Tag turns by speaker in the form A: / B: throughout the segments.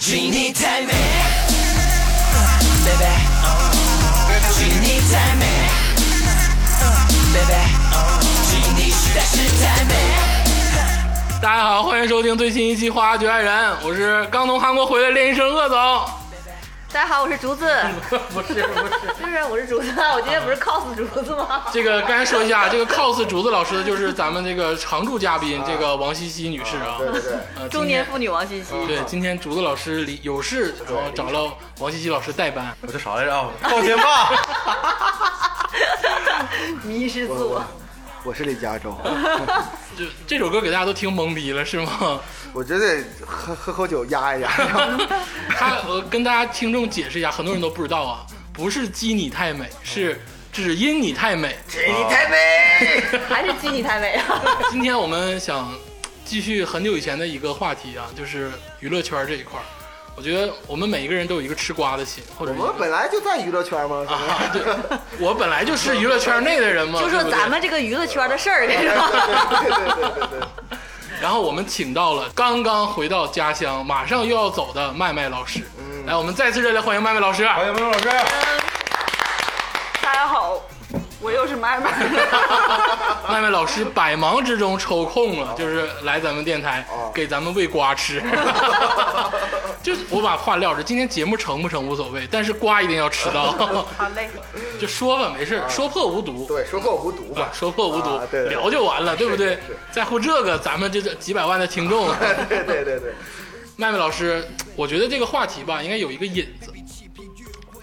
A: 君に対面 eh? Baby 君に対面 Baby 君にしたしたい
B: 大家好，欢迎收听最新一期《花局爱人》，我是刚从韩国回来练习生鄂总。
C: 大家好，我是竹子，
B: 不是不是，
C: 是不是？我是竹子，啊我今天不是 cos 竹子吗？
B: 这个刚才说一下，这个 cos 竹子老师就是咱们这个常驻嘉宾，这个王茜茜女士啊。
D: 对对对，
B: 呃
C: 中年。妇女王
B: 今
C: 欣欣，
B: 天对，今天竹子老师离有事，然后找了王茜茜老师代班。
E: 我叫啥来着啊？赵天霸，
C: 迷失自我
D: 我。我是李佳州。
B: 就这首歌给大家都听懵逼了，是 吗？
D: 我觉得喝喝口酒压一压，
B: 他我跟大家听众解释一下，很多人都不知道啊，不是鸡你太美，是只因你太美。
C: 还是鸡你 太美啊！
B: 今天我们想继续很久以前的一个话题啊，就是娱乐圈这一块儿。我觉得我们每一个人都有一个吃瓜的心，或者
D: 我们本来就在娱乐圈嘛，是吧？
B: 啊，对，我本来就是娱乐圈内的人嘛，
C: 就
B: 对
C: 说
B: 不对
C: 咱们这个娱乐圈的事儿，是吧？
D: 对对对对对对，
B: 然后我们请到了刚刚回到家乡，马上又要走的麦麦老师。
C: 嗯
B: 来，我们再次热烈欢迎麦麦老师。啊
E: 欢迎孟老师。
C: 大家好，我又是麦麦。
B: 麦麦老师百忙之中抽空了，就是来咱们电台
D: 哦
B: 给咱们喂瓜吃。 就是我把话撂着，今天节目成不成无所谓，但是瓜一定要吃到。
C: 好嘞，
B: 就说吧，没事，说破无毒。
D: 啊对， 说破无毒
B: 啊
D: 吧，。
B: 说破无毒
D: 啊，对对对
B: 聊就完了，对不对？在乎这个，咱们这这几百万的听众，
D: 对对对对，
B: 麦麦老师，我觉得这个话题吧，应该有一个引子。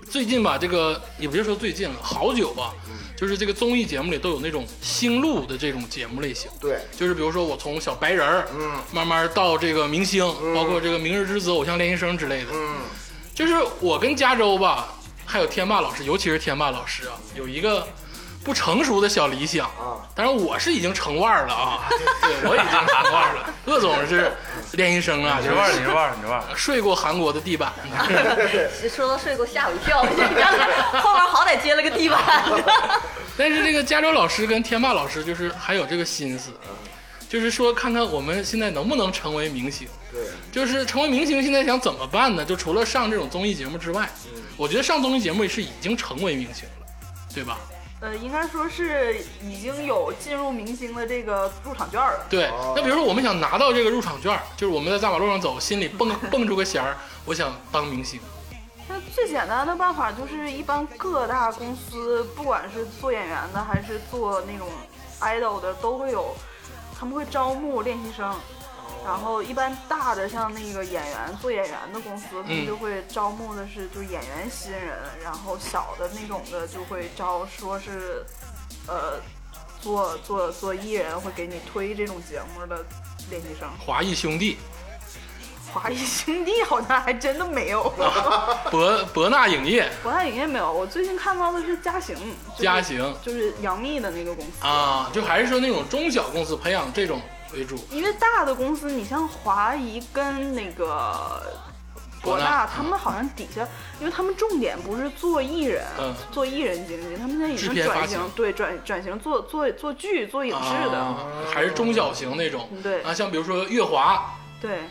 B: 最近吧，这个也不是说最近了，好久吧，就是这个综艺节目里都有那种星路的这种节目类型。
D: 对，
B: 就是比如说我从小白人儿，
D: 嗯，
B: 慢慢到这个明星，包括这个《明日之子》《偶像练习生》之类的，
D: 嗯，
B: 就是我跟加州吧，还有天霸老师，尤其是天霸老师啊，有一个不成熟的小理想
D: 啊。
B: 当然我是已经成腕儿了 啊，对我已经成腕儿了。鄂总是练习生啊，
E: 你
B: 就
E: 是腕儿，
B: 是
E: 你是腕儿，你是腕儿。
B: 睡过韩国的地板，
C: 说到睡给我吓我一跳，你刚才后面好歹接了个地板。
B: 但是这个加州老师跟天霸老师就是还有这个心思，就是说看看我们现在能不能成为明星。
D: 对，
B: 就是成为明星，现在想怎么办呢？就除了上这种综艺节目之外，我觉得上综艺节目也是已经成为明星了，对吧？
F: 呃，应该说是已经有进入明星的这个入场券了。
B: 对
D: 哦。
B: 那比如说，我们想拿到这个入场券，就是我们在大马路上走，心里蹦蹦出个弦儿，我想当明星。
F: 那最简单的办法就是，一般各大公司，不管是做演员的还是做那种 idol 的，都会有，他们会招募练习生。然后一般大的像那个演员做演员的公司，他
B: 嗯
F: 们就会招募的是就是演员新人，然后小的那种的就会招说是，呃，做做做艺人会给你推这种节目的练习生。
B: 华谊兄弟、
F: 华 谊兄弟好像还真的没有，
B: 博博纳影业、
F: 国泰影业没有。我最近看到的是嘉行，就是
B: 嘉行
F: 就是杨幂的那个公司。
B: 啊，就还是说那种中小公司培养这种为主。
F: 因为大的公司，你像华谊跟那个
B: 国
F: 国
B: 纳
F: 纳，他们好像底下，因为他们重点不是做艺人
B: 嗯，
F: 做艺人经济，他们现在已
B: 制
F: 经
B: 片发
F: 转
B: 行
F: 型，对转转型做做做剧、做影视的，
B: 啊，还是中小型那种。
F: 对
B: 啊，像比如说月华，
F: 对，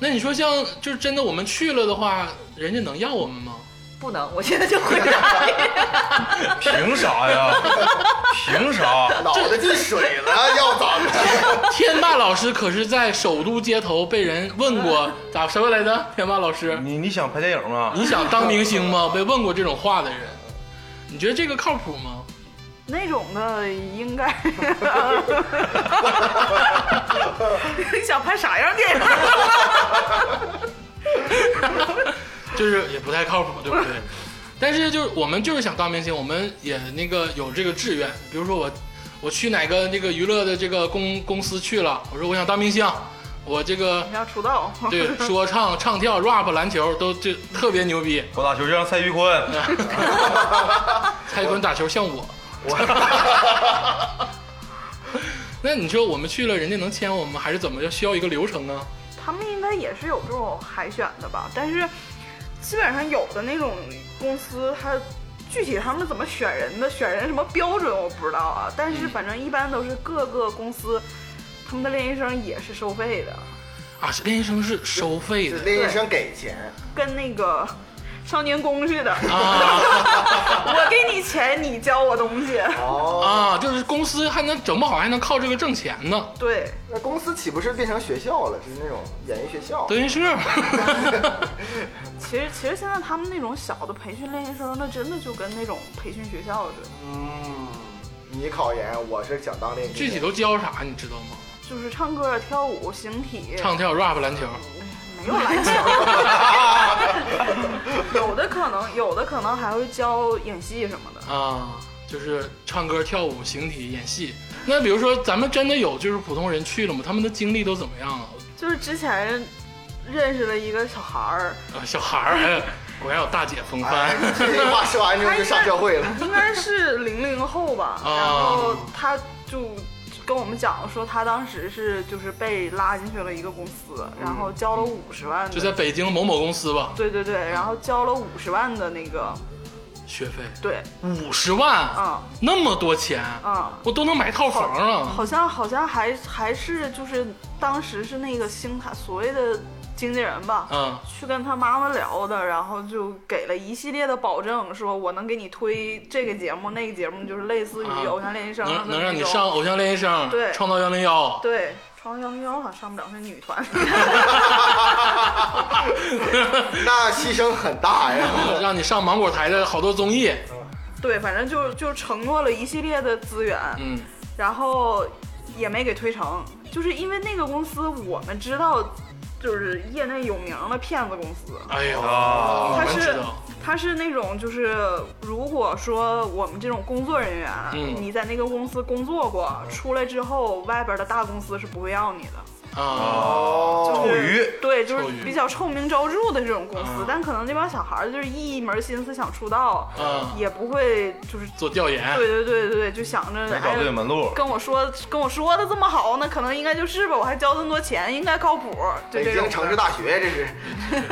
B: 那你说像就是真的我们去了的话，人家能要我们吗？
C: 不能，我现在就回答你。
E: 凭啥呀？凭啥？
D: 脑袋进水 了，要咋的？
B: 天霸老师可是在首都街头被人问过咋什么来着？天霸老师，
E: 你你想拍电影吗？
B: 你想当明星吗？被问过这种话的人，你觉得这个靠谱吗？
F: 那种的 应该。 你想拍啥样电影？
B: 就是也不太靠谱，对不对？但是就是我们就是想当明星，我们也那个有这个志愿。比如说我，我去哪个那个娱乐的这个公公司去了，我说我想当明星，我这个
F: 你要出道，
B: 对说唱、唱跳、rap、篮球都这特别牛逼，
E: 我打球就像蔡徐坤，
B: 泰国人打球像我。 那你说我们去了，人家能签我们吗？还是怎么？要需要一个流程啊？
F: 他们应该也是有这种海选的吧？但是基本上有的那种公司，它具体他们怎么选人的，选人什么标准我不知道啊。但是
B: 嗯
F: 反正一般都是各个公司，他们的练习生也是收费的。
B: 啊，练习生是收费
D: 是
B: 的
D: 练习生给钱，
F: 跟那个少年宫似的，
B: 啊
F: 我给你钱，你教我东西。
D: 哦，
B: 啊，就是公司还能整不好还能靠这个挣钱呢，
F: 对，
D: 那公司岂不是变成学校了？就是那种演艺学校。
B: 德云 社。
F: 其实其实现在他们那种小的培训练习生，那真的就跟那种培训学校似的，
D: 嗯，你考研，我是想当练习生。
B: 具体都教啥你知道吗？
F: 就是唱歌、跳舞、形体，
B: 唱跳、rap、篮球。
F: 没有篮球。 有的可能，有的可能还会教演戏什么的。
B: 啊，就是唱歌、跳舞、形体、演戏。那比如说，咱们真的有就是普通人去了吗？他们的经历都怎么样啊？
F: 就是之前认识了一个小孩儿，
B: 啊小孩儿，哎果然有大姐风
D: 哎
B: 范。
D: 这句话说完之后就上社 会了。
F: 应该是零零后吧，
B: 啊
F: 然后他就跟我们讲说，他当时是就是被拉进去了一个公司，然后交了五十万的，
B: 就在北京某某公司吧，
F: 对对对，然后交了五十万的那个，
B: 学费
F: 对，
B: 五十万，
F: 嗯
B: 那么多钱，
F: 嗯。
B: 我都能买套房啊了。
F: 好像好像还还是就是当时是那个星塔所谓的经纪人吧，
B: 嗯
F: 去跟他妈妈聊的，然后就给了一系列的保证，说我能给你推这个节目、那个节目，就是类似于
B: 啊
F: 《偶像练习生》
B: 能
F: 的
B: 能让你
F: 那种
B: 上《偶像练习生》
F: 对
B: 创造幺零幺，
F: 对。创幺零幺好像上不了，是女团。
D: 那牺牲很大呀。
B: 让你上芒果台的好多综艺，
F: 对，反正就就承诺了一系列的资源，
B: 嗯
F: 然后也没给推成，就是因为那个公司我们知道，就是业内有名的骗子公司。
B: 哎呦，
E: 啊
B: 我
F: 他
B: 们知
F: 是
B: 道，
F: 他是那种就是，如果说我们这种工作人员，
B: 嗯
F: 你在那个公司工作过，出来之后，外边的大公司是不会要你的。
B: 啊，
D: 哦
E: 斗鱼
F: 对，就是
B: 臭鱼
F: 比较臭名昭著的这种公司，
B: 啊
F: 但可能这帮小孩儿就是一门心思想出道，
B: 啊
F: 也不会就是，
B: 做调研，
F: 对对对对对，就想着
E: 没找
F: 哎
E: 对门路。
F: 跟我说跟我说的这么好，那可能应该就是吧，我还交这么多钱，应该靠谱。就
D: 北
F: 这
D: 京
F: 种
D: 城市大学，这是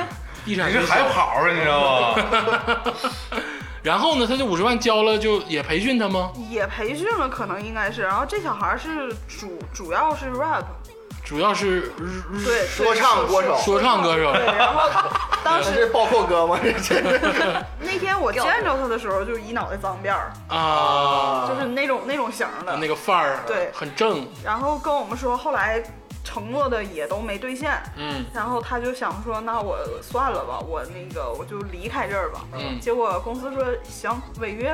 B: 地
E: 你
B: 产
E: 是
B: 学校
E: 海跑啊，你知道吗？
B: 然后呢，他这五十万交了，就也培训他吗？
F: 也培训了，可能应该是。然后这小孩儿是主主要是 rap，
B: 主要是
F: 对，
D: 说唱歌手
B: 说唱歌手
F: 对，然后 当
D: 这
F: 时
D: 是爆破哥吗？ 这是
F: 那天我见着他的时候，就是一脑袋脏辫儿，
B: 啊，
F: 就是那种那种型儿的。
B: 那个范儿，
F: 啊对
B: 很正，
F: 然后跟我们说，后来承诺的也都没兑现。
B: 嗯
F: 然后他就想说，那我算了吧，我那个我就离开这儿吧。
B: 嗯
F: 结果公司说行，违约，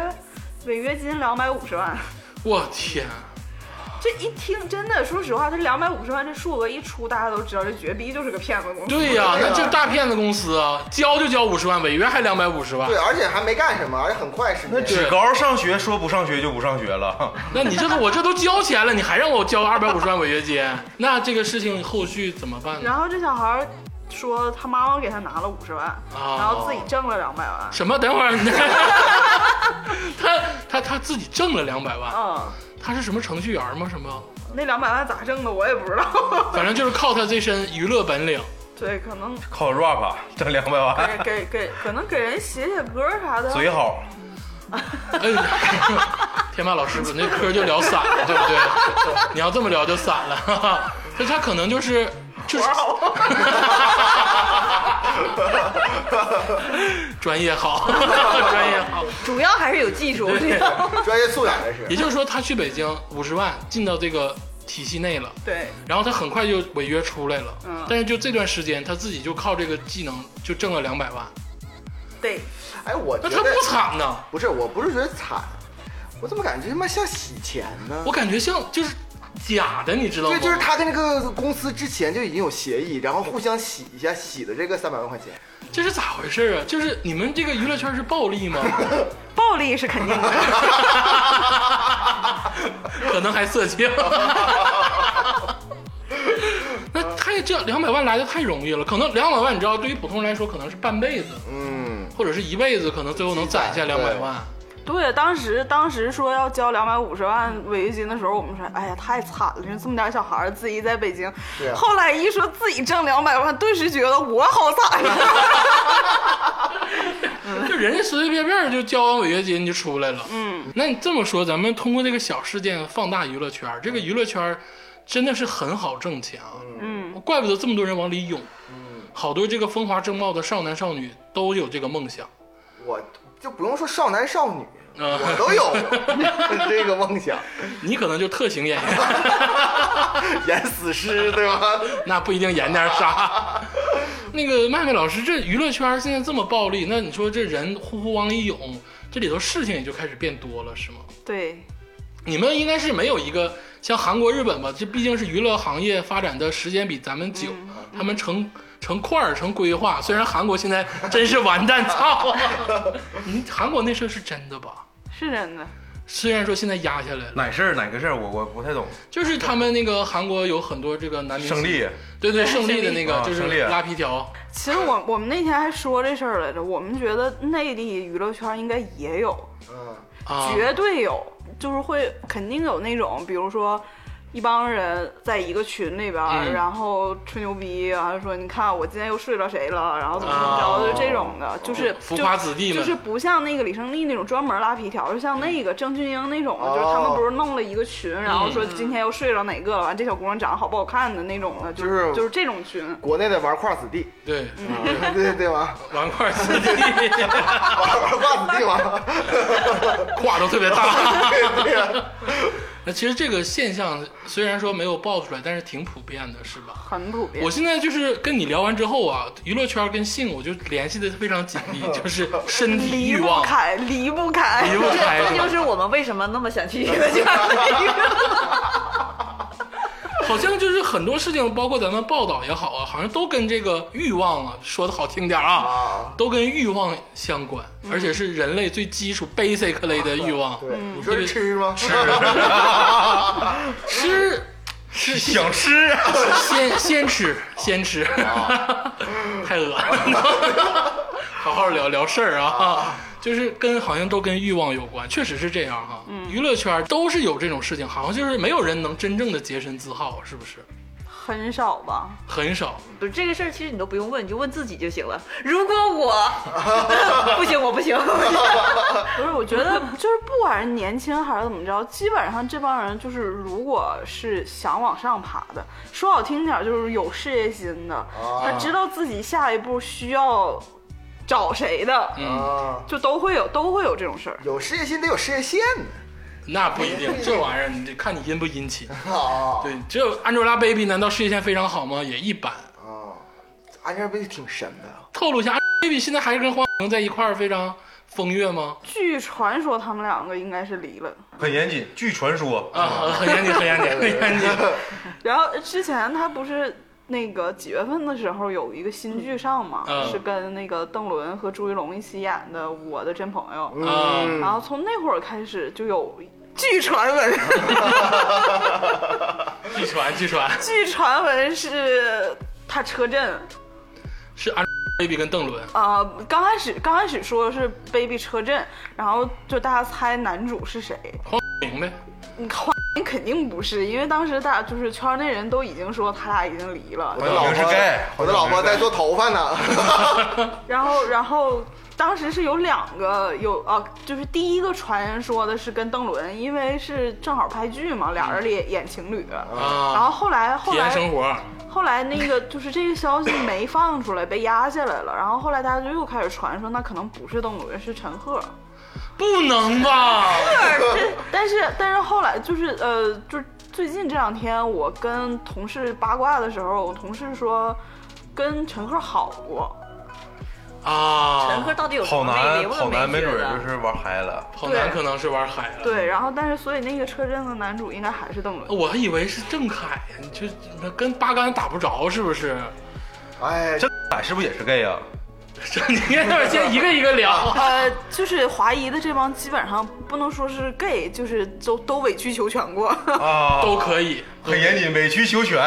F: 违约金两百五十万。
B: 我天，
F: 这一听真的，说实话，这两百五十万这数额一出，大家都知道这绝逼就是个骗子公司。
B: 对呀、那这大骗子公司啊，交就交五十万，违约还两百五十万
D: 对，，而且还没干什么，而且很快时
E: 那
D: 间。
E: 只高上学说不上学就不上学了，
B: 那你这都我这都交钱了，你还让我交二百五十万违约金，那这个事情后续怎么办呢？
F: 然后这小孩儿说他妈妈给他拿了五十万，
D: 啊
B: 哦
F: 然后自己挣了两百万。
B: 什么？等会儿，他他他自己挣了两百万，
F: 嗯，
B: 他是什么程序员吗？什么？
F: 那两百万咋挣的我也不知道。
B: 反正就是靠他这身娱乐本领。
F: 对，可能
E: 靠 rap 啊挣两百万，
F: 给给给，可能给人写写歌啥的。
E: 嘴好。
B: 哎呀， 天霸老师，你这嗑就聊散了，对不对？你要这么聊就散了， 哈哈。就他可能就是就是 专业好， 专业好。
C: 主要还是有技术。这个
D: 专业素养这是
B: 也。就是说，他去北京五十万进到这个体系内了，
F: 对，
B: 然后他很快就违约出来了。
F: 嗯
B: 但是就这段时间，他自己就靠这个技能就挣了两百万，
F: 对，
D: 哎，我
B: 那
D: 觉
B: 他不
D: 得
B: 惨呢？
D: 不是，我不是觉得惨，我怎么感觉他妈像洗钱呢
B: 我？感觉像就是假的，你知道吗？
D: 对，就是他跟那个公司之前就已经有协议，然后互相洗一下，洗的这个三百万块钱。
B: 这是咋回事啊？就是你们这个娱乐圈是暴利吗？
F: 暴力是肯定的。
B: 可能还色情。 那太这两百万来的太容易了，可能两百万你知道，对于普通人来说可能是半辈子
D: 嗯，
B: 或者是一辈子，可能最后能攒下两百万。
F: 对，当时当时说要交两百五十万违约金的时候，我们说，哎呀，太惨了，就这么点小孩儿自己在北京。
D: 对啊
F: 后来一说自己挣两百万，顿时觉得我好惨啊呀。
B: 就人家随随便便就交完违约金就出来了。嗯，那你这么说，咱们通过这个小事件放大娱乐圈，这个娱乐圈真的是很好挣钱啊。
F: 嗯，
B: 怪不得这么多人往里涌，好多这个风华正茂的少男少女都有这个梦想。
D: 我就不用说少男少女，
B: 啊
D: 我都有这个梦想，
B: 你可能就特型演员，
D: 演死尸对吧？
B: 那不一定演点啥。 那个麦麦老师，这娱乐圈现在这么暴力，那你说这人呼呼往里涌，这里头事情也就开始变多了，是吗？
F: 对，
B: 你们应该是没有一个像韩国、日本吧？这毕竟是娱乐行业发展的时间比咱们久，
D: 嗯
B: 他们成成块儿、成规划。虽然韩国现在真是完蛋， 操！你韩国那事儿是真的吧？
F: 是真的。
B: 虽然说现在压下来了，
E: 哪事儿哪个事儿，我我不太懂。
B: 就是他们那个韩国有很多这个男明星
E: 胜 利，
B: 对对，胜利的那个
E: 啊
B: 就是
E: 胜利
B: 拉皮条，
F: 其实我我们那天还说这事儿来着，我们觉得内地娱乐圈应该也有，
D: 嗯，
B: 啊，
F: 绝对有，就是会肯定有那种，比如说一帮人在一个群里边儿，
B: 嗯
F: 然后吹牛逼，然后说你看我今天又睡着谁了，然后怎么怎么着，就这种的，就是
B: 啊浮夸子弟
F: 就
B: 们
F: 就是不像那个李胜利那种专门拉皮条，就像那个郑俊英那种的，就是他们
D: 哦
F: 不是弄了一个群，然后
B: 嗯
F: 说今天又睡着哪个了，完这小姑娘长得好不好看的那种的，就
D: 就是
F: 就是这种群。
D: 国内的玩跨子弟，
B: 对，
D: 对对对吧？
B: 玩块子弟，
D: 玩玩跨子弟 吧，
B: 胯都特别大。
D: 对对呀，
B: 那其实这个现象虽然说没有爆出来，但是挺普遍的，是吧？
F: 很普遍
B: 我，现在就是跟你聊完之后啊，娱乐圈跟性我就联系的非常紧密，就是身体
F: 离
B: 欲
F: 不
B: 望
F: 开，离不开，
B: 离不
C: 这
B: 开
C: 这
B: 是吧
C: 就。是我们为什么那么想去娱乐圈的一个
B: 好像就是很多事情，包括咱们报道也好啊，好像都跟这个欲望啊，说的好听点儿啊
D: 啊，
B: 都跟欲望相关，而且是人类最基础 basic 类的欲望。
D: 对，你说是吃吗？吃，
B: 吃
E: 是想吃，啊
B: 先先吃，先吃， 太恶心了。 好好聊聊事儿啊，就是跟好像都跟欲望有关，确实是这样哈。娱乐圈都是有这种事情，好像就是没有人能真正的洁身自好，是不是？
F: 很少吧？
B: 很少。
C: 不是这个事儿，其实你都不用问，你就问自己就行了。如果 我不行，我不行，我不行
F: 不是，我觉得就是不管是年轻还是怎么着，基本上这帮人就是，如果是想往上爬的，说好听点儿就是有事业心的，
B: 啊
F: 他知道自己下一步需要找谁的，
B: 嗯
D: 啊，
F: 就都会有都会有这种事儿。
D: 有事业心得有事业线
B: 那不一定，这玩意儿你得看你阴不阴气。
D: 呢，啊
B: 对，只有 Angelababy 难道事业线非常好吗？也一般。
D: 啊，安家贝挺神的，
B: 透露一下，Angelababy 现在还是跟黄晓明在一块儿非常风月吗？
F: 据传说，他们两个应该是离了。
E: 很严谨。据传说，
B: 啊，很严谨，很严谨，很严谨。
F: 然后之前他不是那个几月份的时候有一个新剧上嘛，
B: 嗯
F: 是跟那个邓伦和朱一龙一起演的《我的真朋友》
B: 啊，
F: 然后从那会儿开始就有嗯 据传闻，
B: 据传，据传。
F: 据传闻是他车震
B: 是 Angelababy 跟邓伦
F: 啊、呃刚开始刚开始说是 baby 车震，然后就大家猜男主是谁，
B: 明白？
F: 你看你 肯定不是，因为当时大家就是圈内人都已经说他俩已经离了
D: 我，的老
E: 黄晓明是
D: 婆
E: gay，
D: 我的老婆在做头发呢，
F: 然后然后。当时是有两个有啊，就是第一个传言说的是跟邓伦，因为是正好拍剧
C: 嗯
F: 嘛，俩人演演情侣，然
B: 啊，
F: 后后来后
B: 体验
F: 来
B: 生活，
F: 后来那个就是这个消息没放出来，被压下来了。然后后来大家就又开始传说，那可能不是邓伦，是陈 赫。
B: 不能吧？
F: 但是但是后来就是呃，就是最近这两天我跟同事八卦的时候，我同事说跟陈赫好过，
B: 啊，
C: 陈赫到底有什
E: 好
C: 么魅
E: 难
C: 力？，我
E: 好
C: 怎么
E: 难，没准
C: 觉
E: 儿
C: 得
E: 就？是玩嗨了。
B: 跑男可能是玩嗨了。
F: 对。然后但是所以那个车震的男主应该还是邓 伦。
B: 我还以为是郑恺，你就那跟八竿打不着，是不是？
D: 哎，
E: 这俩是不是也是 gay 啊？
B: 这你看，要是先一个一个聊，
F: 呃，就是华谊的这帮基本上不能说是 gay，就是都都委曲求全过。
E: 啊，
B: 都可以。
E: 很严谨，委曲求全。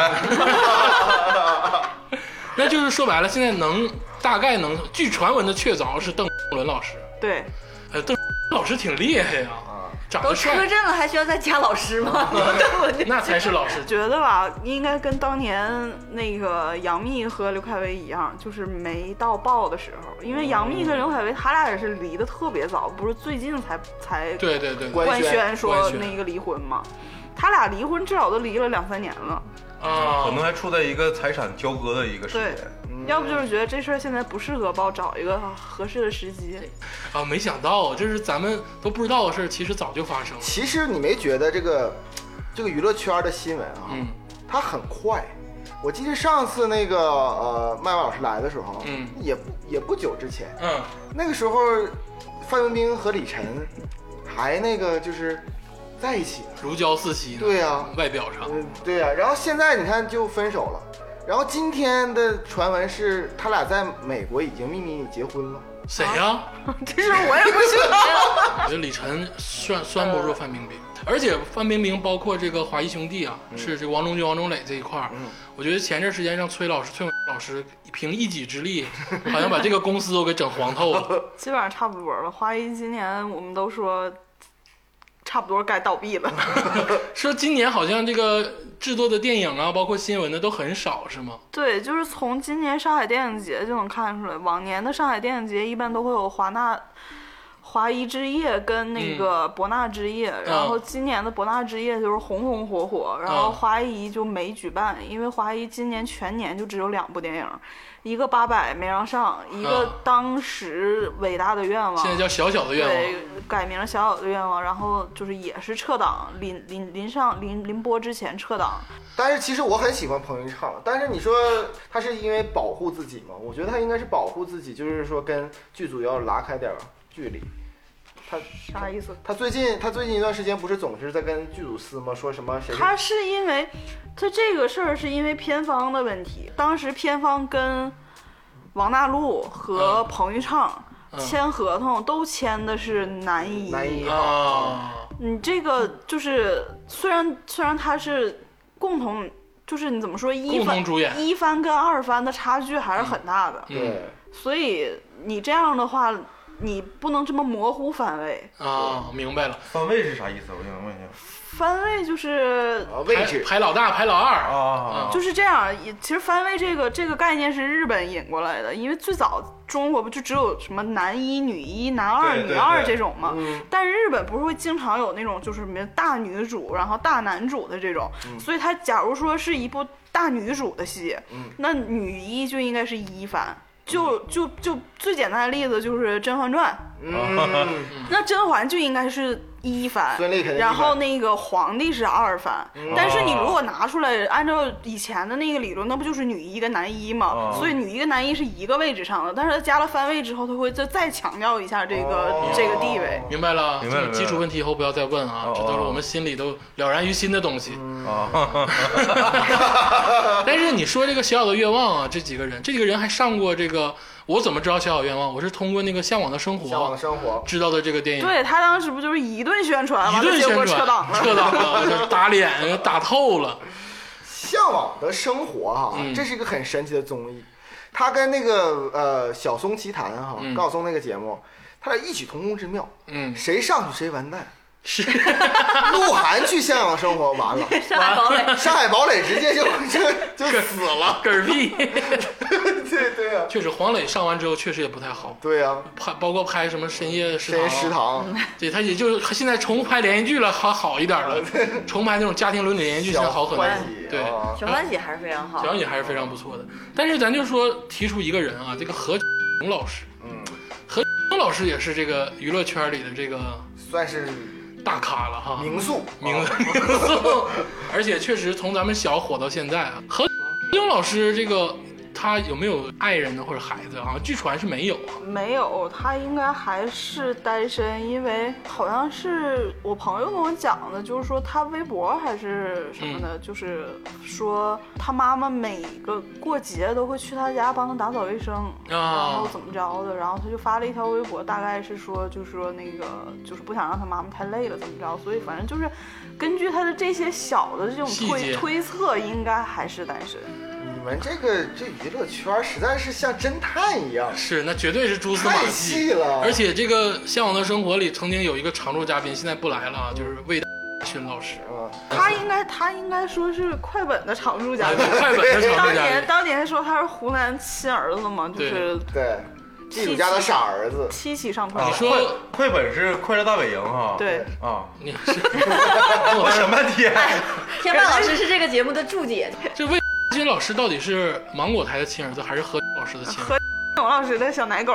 B: 那就是说白了，现在能大概能，据传闻的确凿是邓伦老师。
F: 对，
B: 哎，邓老师挺厉害呀，
E: 啊
B: 长
C: 都
B: 得
C: 车
B: 帅，
C: 震了，还需要再加老师吗？ 我就
B: 那才是老师。
F: 觉得吧，应该跟当年那个杨幂和刘恺威一样，就是没到爆的时候。因为杨幂跟刘恺威，他俩也是离得特别早，不是最近才才
B: 对对对，
D: 官
F: 官
D: 宣
F: 宣说
B: 官宣
F: 那个离婚嘛。他俩离婚至少都离了两三年了，
B: 啊，
E: 可能还处在一个财产交割的一个时
F: 对
E: 间。，
F: 要不就是觉得这事儿现在不适合报，找一个合适的时机。
B: 啊，没想到，就是咱们都不知道的事儿，其实早就发生了。
D: 其实你没觉得这个这个娱乐圈的新闻啊，
B: 嗯
D: 它很快。我记得上次那个呃麦麦老师来的时候，
B: 嗯
D: 也不也不久之前，
B: 嗯，
D: 那个时候范冰冰和李晨还那个就是在一起呢。
B: 如胶似漆呢。
D: 对呀
B: 外表上，
D: 嗯，对呀、然后现在你看就分手了，然后今天的传闻是他俩在美国已经秘密结婚了。
B: 谁呀、
F: 这事儿我也不知道。
B: 我觉得李晨算算不住范冰冰，
D: 啊
B: 而且范冰冰包括这个华谊兄弟啊，
D: 嗯
B: 是这个王中军、王中磊这一块儿，我觉得前阵时间让崔老师、崔永老师凭一己之 力，好像把这个公司都给整黄透了。
F: 基本上差不多了。华谊今年我们都说差不多该倒闭了，
B: 说今年好像这个制作的电影啊，包括新闻的都很少，是吗？
F: 对，就是从今年上海电影节就能看出来，往年的上海电影节一般都会有华纳。华谊之夜跟
B: 嗯
F: 那个博纳之夜，然后今年的博纳之夜就是红红火火，然后
B: 嗯
F: 华谊就没举办，因为华谊今年全年就只有两部电影，一个《八佰》没让上，一个《
B: 嗯
F: 当时伟大的愿望》，
D: 啊
B: 现在叫小小的愿
F: 对
B: 望，，
F: 改名《小小的愿望》，然后就是也是撤档，临临临上临临播之前撤档。
D: 但是其实我很喜欢彭昱畅，但是你说他是因为保护自己吗？我觉得他应该是保护自己，就是说跟剧组要拉开点儿距离。他
F: 啥意思？
D: 他最近他最近一段时间不是总是在跟剧组撕吗？说什么谁
F: 他是因为他这个事儿是因为片方的问题，当时片方跟王大陆
B: 嗯
F: 和彭昱畅。签合同都签的是男一，
D: 男一
B: 啊，
F: 你这个就是虽然虽然他是共同，就是你怎么说一
B: 共同
F: 番
B: 主演嗯
F: 一番跟二番的差距还是很大的，
D: 对
F: 所以你这样的话，你不能这么模糊番位。
B: 啊，明白了，
E: 番位是啥意思？我想问一下。
F: 番位就是
D: 啊位
B: 排
D: 置
B: 排老大，排老二
E: 啊啊啊
F: 就是这样。也其实番位这个这个概念是日本引过来的，因为最早中国不就只有什么男一、女一、男二、
E: 对对
F: 女二
E: 对嗯
F: 这种嘛？但是日本不是会经常有那种就是什么大女主，然后大男主的这种，
E: 嗯
F: 所以他假如说是一部大女主的戏，
E: 嗯
F: 那女一就应该是一番。就就就最简单的例子就是《甄嬛传》，
D: 嗯，
F: 那甄嬛就应该是一番，
D: 孙俪肯定是一番嗯
F: 然后那个皇帝是二番，但是
C: 哦
F: 你如果拿出来，按照以前的那个理论，那不就是女一跟男一嘛？
D: 嗯
E: 哦
F: 所以女一跟男一是一个位置上的，但是他加了番位之后，他会再再强调一下这个、
D: 哦
F: 这个地位。
B: 明白了，
E: 明白了
B: 这种基础问题以后不要再问啊，
E: 哦
B: 这都是我们心里都了然于心的东西。
E: 啊！哦
B: 但是你说这个小小的愿望啊，这几个人，这几个人还上过这个，我怎么知道小小愿望？我是通过那个《向往的生活
D: 向往的》生活。
B: 知道的这个电影，
F: 对他当时不就是一顿宣传，
B: 一
F: 完了
B: 顿
F: 结果
B: 宣传，
F: 撤档了。
B: 撤档了，就是打脸打透了。
D: 向往的生活哈、
B: 嗯
D: 这是一个很神奇的综艺，它跟那个呃小松奇谈哈、
B: 嗯
D: 高晓松那个节目，它俩异曲同工之妙，
B: 嗯，
D: 谁上去谁完蛋。
B: 是
D: 鹿晗去向往生活完了，
C: 上海堡垒，
D: 上海堡垒直接就就就死了。
B: 嗝屁。
D: 对对 啊，
B: 确实，黄磊上完之后确实也不太好，
D: 对啊，
B: 拍包括拍什么深夜食
D: 深
B: 堂
D: 夜
B: 啊，
D: 食堂，
B: 对他也就是他现在重拍连续剧了，还好一点 了。重拍那种家庭伦理连续剧现在好很多
D: 欢喜，。
B: 对，
D: 啊
C: 小欢喜还是非常好
B: 小。杨也还是非常不错的。但是咱就说提出一个人啊，这个何炅老师，
D: 嗯，
B: 何炅老师也是这个娱乐圈里的这个
D: 算是
B: 大咖了哈，
D: 名宿，
B: 名
D: 啊
B: 名宿， 而且确实从咱们小火到现在啊。何炅老师这个他有没有爱人呢或者孩子啊？据传是没有啊。
F: 没有，他应该还是单身，因为好像是我朋友跟我讲的，就是说他微博还是什么的，
B: 嗯
F: 就是说他妈妈每个过节都会去他家帮他打扫卫生，
B: 哦
F: 然后怎么着的，然后他就发了一条微博，大概是说就是说那个就是不想让他妈妈太累了，怎么着，所以反正就是根据他的这些小的这种
B: 细
F: 推
B: 节嗯
F: 推测，应该还是单身。
D: 你们这个这娱乐圈实在是像侦探一样，
B: 是，那绝对是蛛丝马
D: 太
B: 迹
D: 细了
B: 而且这个《向往的生活》里曾经有一个常驻嘉宾，现在不来了，啊，就是魏大勋老 师，
D: 啊，
F: 他应该他应该说是快本的常 驻嘉宾。
B: 哎快本的常
F: 当
B: 驻嘉
F: 年
B: 宾。
F: 当年说他是湖南亲儿子嘛，就是
D: 对，地主家的傻儿子，
F: 七起上
E: 啊
D: 哦
F: 快
B: 你说
E: 快快本是《快乐大本营》哈，
F: 对，
E: 啊，
B: 你是
E: 我想半天，
C: 天霸老师是这个节目的注解，
B: 这魏军老师到底是芒果台的亲儿子还是何老师的亲儿子？
F: 何董老师的小奶狗，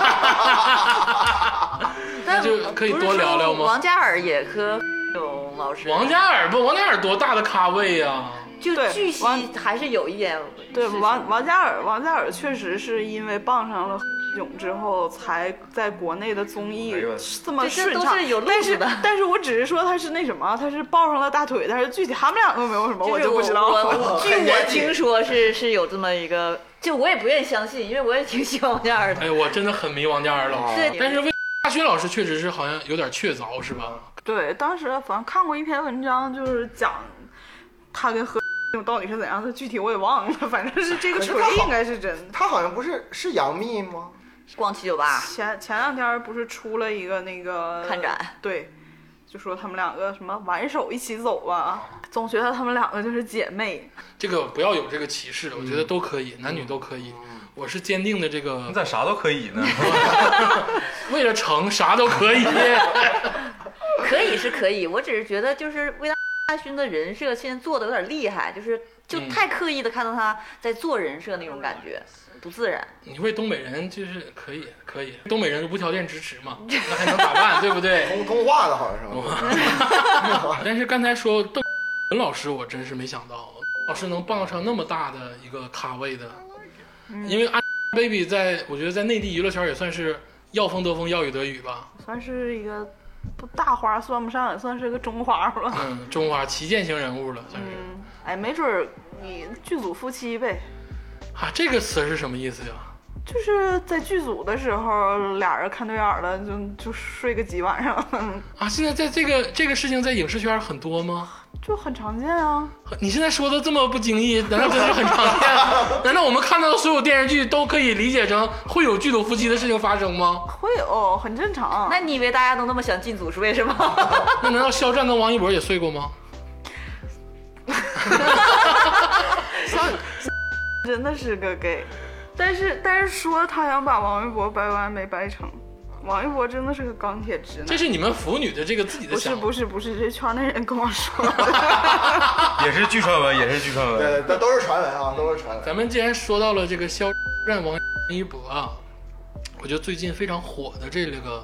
C: 但
B: 就可以多聊聊吗
C: 不是说王嘉尔也和有老师，
B: 王嘉尔不，王嘉尔多大的咖位呀、
C: 就
F: 对
C: 据悉
F: 王
C: 还是有一点
F: 对
C: 是
F: 王王嘉尔，王嘉尔确实是因为傍上了。囧之后才在国内的综艺
E: 哎呦
F: 这么
C: 对这
F: 顺
C: 都
F: 畅
C: 是有，路
F: 但
C: 子
F: 是
C: 的
F: 但是我只是说他是那什么，他是抱上了大腿，但是具体他们两个有没有什么
C: 就是
F: 就不知道
C: 我
F: 了。
C: 我据我听说是是有这么一个，就我也不愿意相信，因为我也挺喜欢王嘉尔的。
B: 哎，我真的很迷王嘉尔老师，
C: 对，
B: 但是魏大勋老师确实是好像有点确凿，是吧？
F: 对，当时反正看过一篇文章，就是讲他跟何 炅到底是怎样的，具体我也忘了，反正是这个
D: 可是
F: 锤
D: 他好
F: 应该是真的。
D: 他好像不是是杨幂吗？
C: 逛七九八
F: 前前两天不是出了一个那个
C: 看展，
F: 对，就说他们两个什么挽手一起走吧，总觉得他们两个就是姐妹。
B: 这个不要有这个歧视，我觉得都可以，男女都可以。我是坚定的这
E: 你
B: 个，
E: 咋啥都可以呢？
B: 为了成啥都可以。
C: 可以是可以，我只是觉得就是魏大勋的人设现在做的有点厉害，就是就
B: 嗯
C: 太刻意的看到他在做人设那种感觉，不自然。
B: 你为东北人就是可以，可以，东北人无条件支持嘛，那还能咋办，对不对？
D: 通通话的好像是吧？
B: 但是刚才说邓文老师，我真是没想到，老师能傍上那么大的一个咖位的，因为 Baby 在我觉得在内地娱乐圈也算是要风得风，要雨得雨吧，
F: 算是一个不大花算不上，也算是个中花吧。
B: 嗯，中华旗舰型人物了，算是。
F: 嗯，哎，没准儿你剧组夫妻呗，
B: 啊，这个词是什么意思呀？
F: 就是在剧组的时候俩人看对眼儿了，就就睡个几晚上，
B: 啊，现在在这个这个事情在影视圈很多吗？
F: 就很常见啊。
B: 你现在说的这么不经意，难道真是很常见？难道我们看到的所有电视剧都可以理解成会有剧组夫妻的事情发生吗？
F: 会有，很正常。
C: 那你以为大家都那么想进组是为 什么？
B: 那难道肖战跟王一博也睡过吗？
F: 真的是个 gay，但是但是说他想把王一博掰弯没掰成，王一博真的是个钢铁直
B: 这
F: 男。
B: 是你们腐女的这个自己的
F: 不是
B: 想法。
F: 不
B: 是
F: 是不是，这圈内人跟我说的，
E: 也是据传闻，也是据传闻。
D: 对，那都是传闻
B: 嗯
D: 啊，都是传闻。
B: 咱们既然说到了这个肖战、王一博啊，我觉得最近非常火的这个，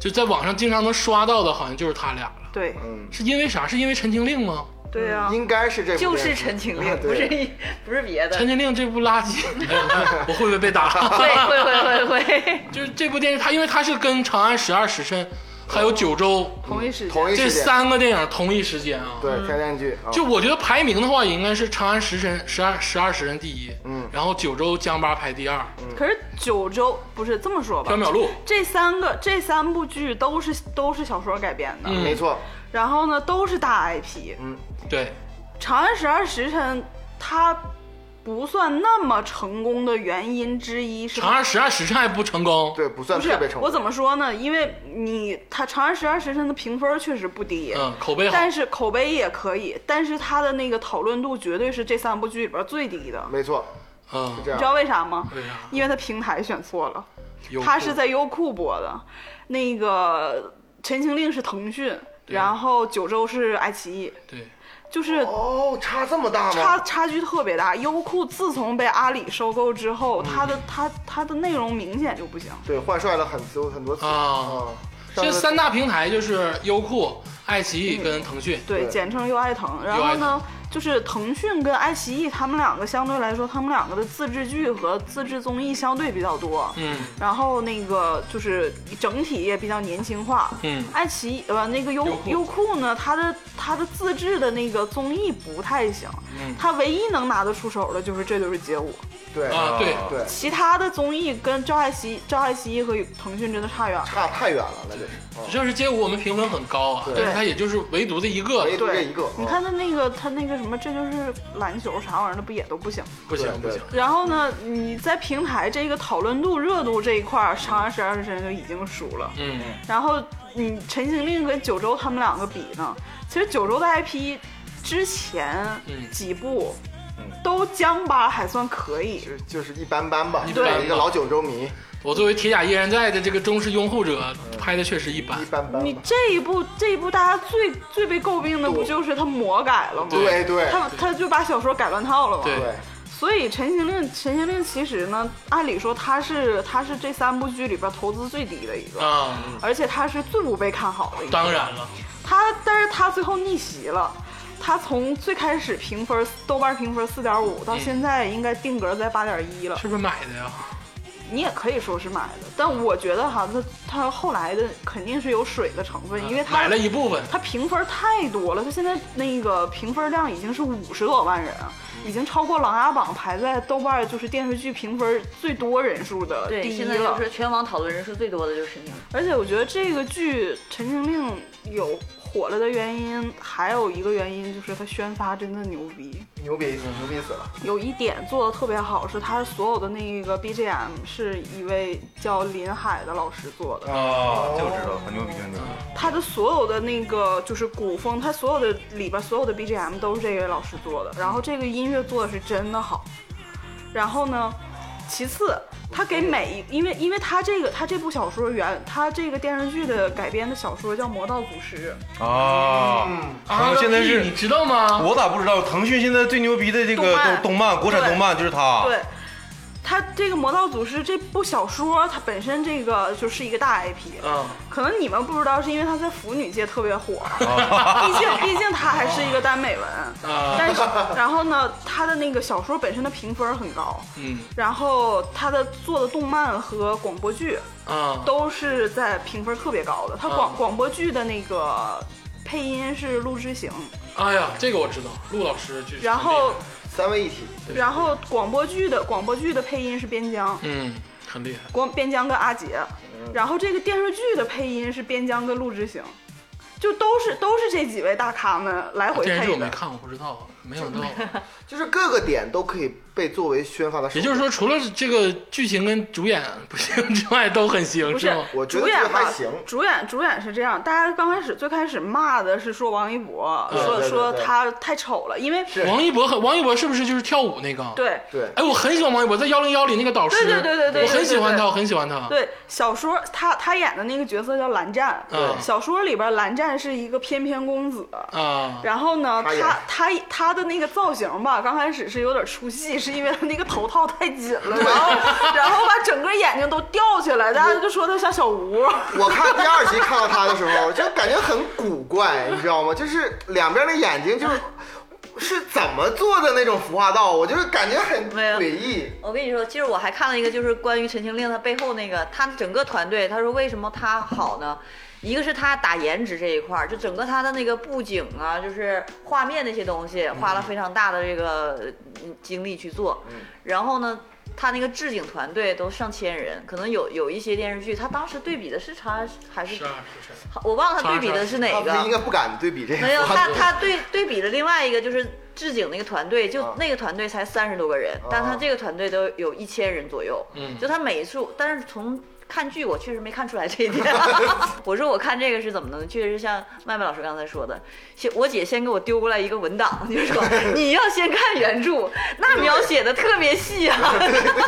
B: 就在网上经常能刷到的，好像就是他俩了。
F: 对
D: 嗯，
B: 是因为啥？是因为《陈情令》吗？
F: 对啊呀、
B: 嗯
D: 应该是这部
C: 就
D: 电视
C: 是陈情
D: 啊
C: 令，
D: 对
C: 不是一不是别
B: 《
C: 的
B: 陈。情令》这部垃 圾，哎我我会不会被打？
C: 会会会会 会，
B: 就是这部电影，它因为它是跟《长安十二时辰》还有《九州
F: 同一时间
D: 同》一
B: 这
D: 时间，
B: 三个电影同一时间啊。
D: 对挑战剧啊，
B: 就我觉得排名的话，也应该是《长安十辰》十二十二时辰第一，
D: 嗯
B: 然后《九州江八》排第二，
F: 可是九州不是这么说吧
B: 缥？缈录》
F: 这三个这三部剧都是都是小说改编的，
B: 嗯
D: 没错，
F: 然后呢都是大 IP，《
B: 对，
F: 长安十二时辰》它不算那么成功的原因之一
B: 《
F: 是
B: 长安十二时辰》还不成功，
D: 对，不算
F: 不是
D: 特别成
F: 我
D: 功。
F: 怎么说呢？因为你它《长安十二时辰》的评分确实不低，
B: 嗯，口碑好，
F: 但是口碑也可以，但是它的那个讨论度绝对是这三部剧里边最低的。
D: 没错，
B: 嗯，
D: 这
F: 你
D: 样
F: 知道为啥吗？
B: 为啥？
F: 因为它平台选错了，
B: 优酷
F: 它是在优酷播的，那个《陈情令》是腾讯，
B: 对
F: 然后《九州》是爱奇艺，
B: 对，
F: 就是
D: 哦，差这么大
F: 差
D: 吗？
F: 差距特别大。优酷自从被阿里收购之
D: 嗯
F: 后，它的它它的内容明显就不行。
D: 对，换帅了很多很多次
B: 啊
D: 啊。上
B: 这
D: 次
B: 三大平台就是优酷、爱奇艺跟腾讯，
F: 对，
D: 嗯对
F: 简称优爱腾。然后呢，就是腾讯跟爱奇艺，他们两个相对来说，他们两个的自制剧和自制综艺相对比较多。
B: 嗯
F: 然后那个就是整体也比较年轻化。
B: 嗯，
F: 爱奇艺呃，那个优
B: 优酷
F: 优酷呢，它的它的自制的那个综艺不太行，
B: 嗯
F: 它唯一能拿得出手的就是《这就是街舞》，
D: 对
B: 啊对
D: 对，
F: 其他的综艺跟赵爱奇赵爱奇艺和腾讯真的差远了。
D: 差太远了，那这是。啊
B: 就是街舞我们评分很高啊，
D: 对
B: 但是它也就是唯独这一个
D: 唯独这
F: 对
D: 一个，
F: 你
D: 啊
F: 看他那个他那个什么，这就是篮球啥玩意儿的，不也都不行吗。
B: 不行不
D: 对
B: 行，
F: 然后呢，你在平台这个讨论度、热度这一块儿，《长安十二时辰》就已经输了。
B: 嗯，
F: 然后你《陈情令》跟九州他们两个比呢，其实九州的 IP 之前
B: 嗯
F: 几部都将吧，还算可以。
D: 就就是一般般吧，
B: 一
D: 作
B: 般
D: 为一个
B: 吧
D: 老九州迷，
B: 我作为铁甲依然在的这个忠实拥护者，拍的确实一般
D: 一。般般
F: 你
D: 吧。
F: 这一部这一部大家最最被诟病的不就是他魔改了吗？
D: 对对
F: 他他就把小说改乱套了嘛。
B: 对
D: 对，
F: 所以《陈情令》《陈情令》其实呢，按理说它是它是这三部剧里边投资最低的一
D: 嗯
F: 个，
B: 啊、
F: 而且它是最不被看好的一个。
B: 当然了，
E: 嗯
F: 他但是他最后逆袭了，他从最开始评分豆瓣评分四点
C: 嗯
F: 五，到现在应该定格在八点一了。
B: 是不是买的呀？
F: 你也可以说是买的，但我觉得哈，他他后来的肯定是有水的成
C: 嗯
F: 分，因为他
B: 买了一部分，
F: 他评分太多了，他现在那个评分量已经是五十多万人啊，
C: 嗯
F: 已经超过《琅琊榜》排在豆瓣就是电视剧评分最多人数的
C: 对，
F: 第一
C: 现在就
F: 了。
C: 是全网讨论人数最多的就是你。
F: 而且我觉得这个剧《陈情令》有火了的原因，还有一个原因就是它宣发真的牛逼。
D: 牛逼牛逼死了。
F: 有一点做的特别好是，它所有的那个 BGM 是一位叫林海的老师做的，
E: 啊，就知道很牛逼，很牛逼。
F: 他的所有的那个就是古风，他所有的里边所有的 BGM 都是这位老师做的，然后这个音乐做的是真的好。然后呢，其次，他给每一，因为因为他这个他这部小说原他这个电视剧的改编的小说叫《魔道祖师
E: 啊，
B: 啊
E: 腾，讯现在
B: 个屁你
E: 是
B: 知道吗？
E: 我咋不知道？腾讯现在最牛逼的这
F: 动
E: 个
F: 漫
E: 动动漫，国产
F: 对
E: 动漫就是它》，。
F: 对。他这个《魔道祖师》这部小说，它本身这个就是一个大 IP，
B: 嗯，
F: 可能你们不知道，是因为他在腐女界特别火，
E: 啊
F: 毕竟毕竟他还是一个耽美文。
B: 啊
F: 但是，然后呢，他的那个小说本身的评分很高，
B: 嗯
F: 然后他的做的动漫和广播剧
B: 啊，
F: 都是在评分特别高的。他广、
B: 嗯
F: 广播剧的那个配音是陆之行，
B: 哎呀，这个我知道，陆老师就是。
F: 然后
D: 三位一体，
B: 对
F: 然后广播剧的广播剧的配音是边疆，
B: 嗯，很厉害。
F: 光边疆跟阿杰，
D: 嗯
F: 然后这个电视剧的配音是边疆跟陆之行。就都是都是这几位大咖们来回
B: 电视剧
F: 配
B: 我没
F: 的，
B: 看，我不知道啊，没想到。
D: 就是各个点都可以被作为宣发的手
B: 也
D: 段。
B: 就是说，除了这个剧情跟主演不行之外，都很行，
F: 不
B: 是
F: 是
B: 吗？
D: 我觉得
F: 主演
D: 这个还
F: 吧
D: 行
F: 主演主演是这样，大家刚开始最开始骂的是说王一博，说
D: 嗯对对
F: 说
D: 对
F: 他太丑了，因为
D: 是
B: 王一博和王一博是不是就是跳舞那个？。
F: 对
D: 对，
B: 哎，我很喜欢王一博，在幺零幺里那个导师，
F: 对对对对对
B: 我很喜欢
F: 对对
B: 他，
F: 对
B: 我很喜欢他。
F: 对小说他他演的那个角色叫蓝湛，
B: 嗯
F: 小说里边蓝湛是一个翩翩公子。
B: 啊，
F: 然后呢，
D: 他演
F: 他他他的那个造型吧，刚开始是有点出戏， 是因为他那个头套太紧了，然后然后把整个眼睛都吊起来，大家就说他像小 吴。
D: 我看第二集看到他的时候，就感觉很古怪，你知道吗？就是两边的眼睛就是是怎么做的那种服化道，我就是感觉很
C: 没有
D: 诡异。
C: 我跟你说，其实我还看了一个，就是关于《陈情令》它背后那个，他整个团队，他说为什么他好呢？一个是他打颜值这一块儿，就整个他的那个布景啊，就是画面那些东西，花了非常大的这个嗯精力去做。然后呢，他那个置景团队都上千人，可能有有一些电视剧，他当时对比的是长安还是
B: 是啊，是是。
C: 我忘了他对比的是哪
D: 他
C: 个。
D: 们应该不敢对比这个
C: 没有，
D: 服化
C: 他
D: 道
C: 他对对比的另外一个就是置景那个团队，就
D: 啊
C: 那个团队才三十多个人，但他这个团队都有一千人左右。
B: 嗯
C: 就他每一处，但是从看剧我确实没看出来这 一点。我说我看这个是怎么的，确实像麦麦老师刚才说的，先我姐先给我丢过来一个文档，就 说你要先看原著，那描写的特别 细啊。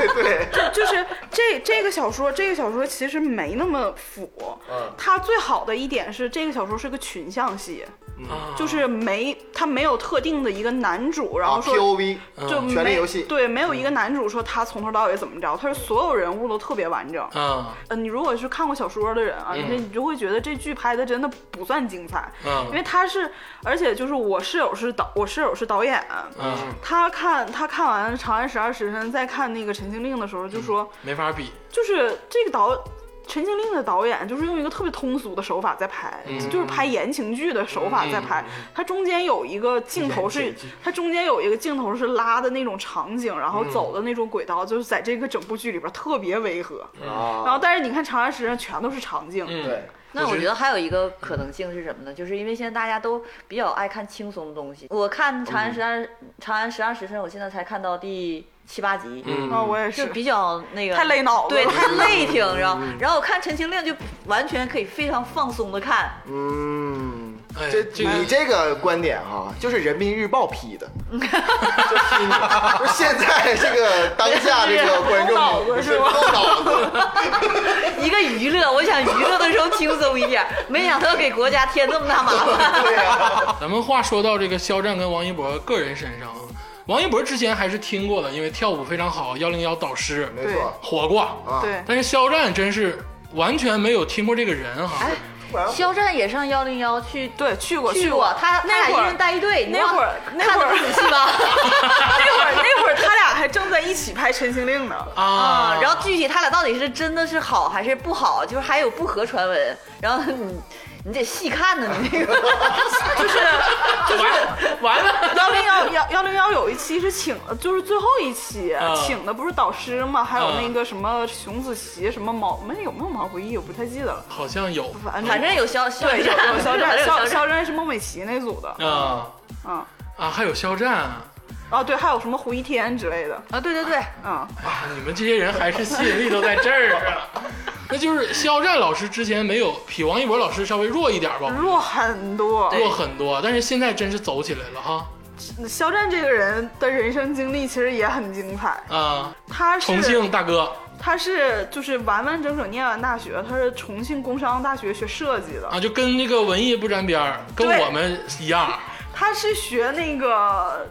F: 就是这这个小说，这个小说其实没那么腐。
D: 嗯
F: 它最好的一点是，这个小说是个群像戏，
D: 嗯
B: 啊
F: 就是没它没有特定的一个男主，然
D: 啊
F: 后说。
D: POV
F: 就
D: 嗯
F: 没
D: 权力游戏嗯
F: 对，没有一个男主说他从头到尾怎么着，他是所有人物都特别完整。
B: 啊，
F: 嗯，你如果是看过小说的人啊，
B: 嗯
F: 那你就会觉得这剧拍的真的不算精彩，
B: 嗯
F: 因为他是，而且就是我室友是导，我室友是导演，啊
B: 嗯，
F: 他看他看完《长安十二时辰》再看那个《陈情令》的时候就说，
B: 没法比。
F: 就是这个导《陈情令》的导演，就是用一个特别通俗的手法在拍，
B: 嗯
F: 就是拍言情剧的手法在拍。它中间有一个镜头是，它中间有一个镜头是拉的那种场景，然
B: 嗯
F: 后走的那种轨道，就是在这个整部剧里边特别违和。然
D: 啊，
F: 后，但是你看《长安十人》全都是场景，
B: 嗯，
D: 对，
C: 那我觉得还有一个可能性是什么呢？就是因为现在大家都比较爱看轻松的东西。我看《长安十二》《长安十二时辰》，我现在才看到第七八集，
B: 嗯
F: 啊，我也。
C: 就是比较那个
F: 太累脑子了
C: 对，太累嗯挺着。然后我看《陈情令》就完全可以非常放松的看，
D: 嗯，
B: 哎，
D: 这
B: 这个
D: 你这个观点哈、就是人民日报批的，就批你，就现在这个当下这个观众
F: 脑子是吗
D: 够脑子，
C: 一个娱乐，我想娱乐的时候轻松一点，没想到给国家添这么大麻烦。
D: 对呀、
B: 咱们话说到这个肖战跟王一博个人身上啊，王一博之前还是听过的，因为跳舞非常好，幺零幺导师
D: 没错
B: 火过。
D: 啊，
F: 对，
B: 但是肖战真是完全没有听过这个人哈。
C: 哎，
D: 突然
C: 肖战也上幺零幺去
F: 对，去过
C: 去
F: 过
C: 过，，他他俩
F: 那
C: 一
F: 会
C: 人
F: 儿
C: 带一队，你
F: 那
C: 忘
F: 会儿那
C: 看
F: 会
C: 得
F: 儿
C: 不仔细吧？
F: 那会儿那会儿他俩还正在一起拍《陈情令》呢。
B: 啊
C: 啊，，然后具体他俩到底是真的是好还是不好，就是还有不合传闻，然后你你得细看呢，你那个就是
B: 完了 完了，
F: 幺零幺幺幺零幺有一期是请，呃就是最后一期、
B: 嗯
F: 请的不是导师吗？还有
B: 嗯
F: 那个什么熊梓淇，什么毛没有没有毛不易，我不太记得了。
B: 好像有
F: 反正
C: 反正有肖肖
F: 对有有肖
C: 反
F: 战，
C: 正有
F: 肖
C: 肖战，
F: 肖战是孟美岐那组的，
B: 啊
F: 嗯，
B: 啊，还有肖战啊，
F: 哦对，还有什么胡一天之类的，
C: 啊，对对对，
F: 嗯，
B: 啊你们这些人还是吸引力都在这儿啊。 那就是肖战老师之前没有比王一博老师稍微弱一点
C: 嗯
B: 吧，
F: 弱很多。
B: 弱很多，但是现在真是走起来了哈
F: 肖战这个人的人生经历其实也很精彩，
B: 啊！
F: 他是
B: 重庆大哥
F: 他是就是完完整整念完大学，他是重庆工商大学学设计的，
B: 啊，就跟那个文艺不沾边儿，跟
F: 对
B: 我们一样。
F: 他是学那个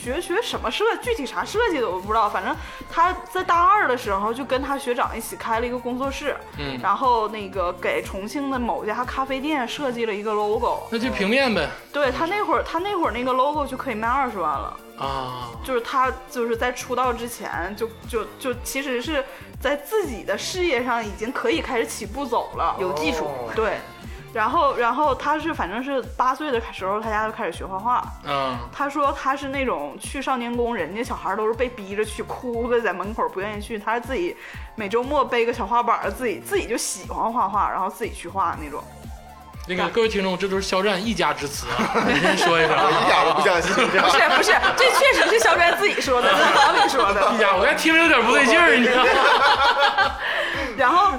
F: 学学什么设，具体啥设计的我不知道，反正他在大二的时候就跟他学长一起开了一个工作室，
B: 嗯
F: 然后那个给重庆的某家咖啡店设计了一个 logo，
B: 那就平面呗
F: 对他那会儿他那会儿那个 logo 就可以卖二十万了。
B: 啊，
F: 就是他就是在出道之前就就就其实是在自己的事业上已经可以开始起步走了，
C: 有技术，
D: 哦
F: 对。然后，然后他是反正是八岁的时候，他家就开始学画画。
B: 嗯
F: 他说他是那种去少年宫，人家小孩都是被逼着去，哭着在门口不愿意去，他是自己每周末背个小画板儿，自己自己就喜欢画画，然后自己去画那种。
B: 那个各位听众，这都是肖战一家之词啊，你先说一声
D: 哎我
B: 啊。
D: 一点都不相信，这
F: 不
D: 样
F: 是不是，这确实是肖战自己说的，不是王敏说的。
B: 一家，我还听着有点不对劲儿，你知道吗？
F: 然后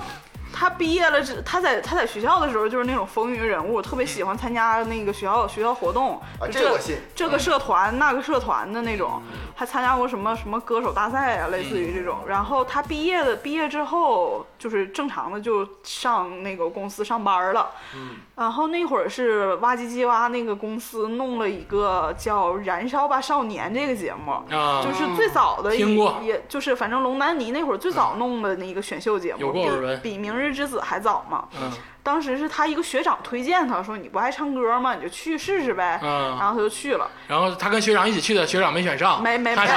F: 他毕业了之，他在他在学校的时候就是那种风云人物，特别喜欢参加那个学校学校活动，
D: 啊
F: 就
D: 这
F: 这
D: 我信
F: 这个社团、那个社团的那种，还参加过什么什么歌手大赛啊，类似于这种。
D: 嗯
F: 然后他毕业的毕业之后，就是正常的就上那个公司上班了。
D: 嗯
F: 然后那会儿是哇唧唧哇那个公司弄了一个叫《燃烧吧少年》这个节目，
B: 啊，
F: 就是最早的一
B: 听过嗯
F: 也就是反正龙丹妮那会儿最早弄的那一个选秀节目，
B: 有过耳闻
F: 比比《明日之子》还早嘛。
B: 嗯
F: 当时是他一个学长推荐他说：“你不爱唱歌吗？你就去试试呗。然
B: 嗯，
F: 后他就去了，
B: 然后他跟学长一起去的，学长没选上，
F: 没没
B: 他
F: 没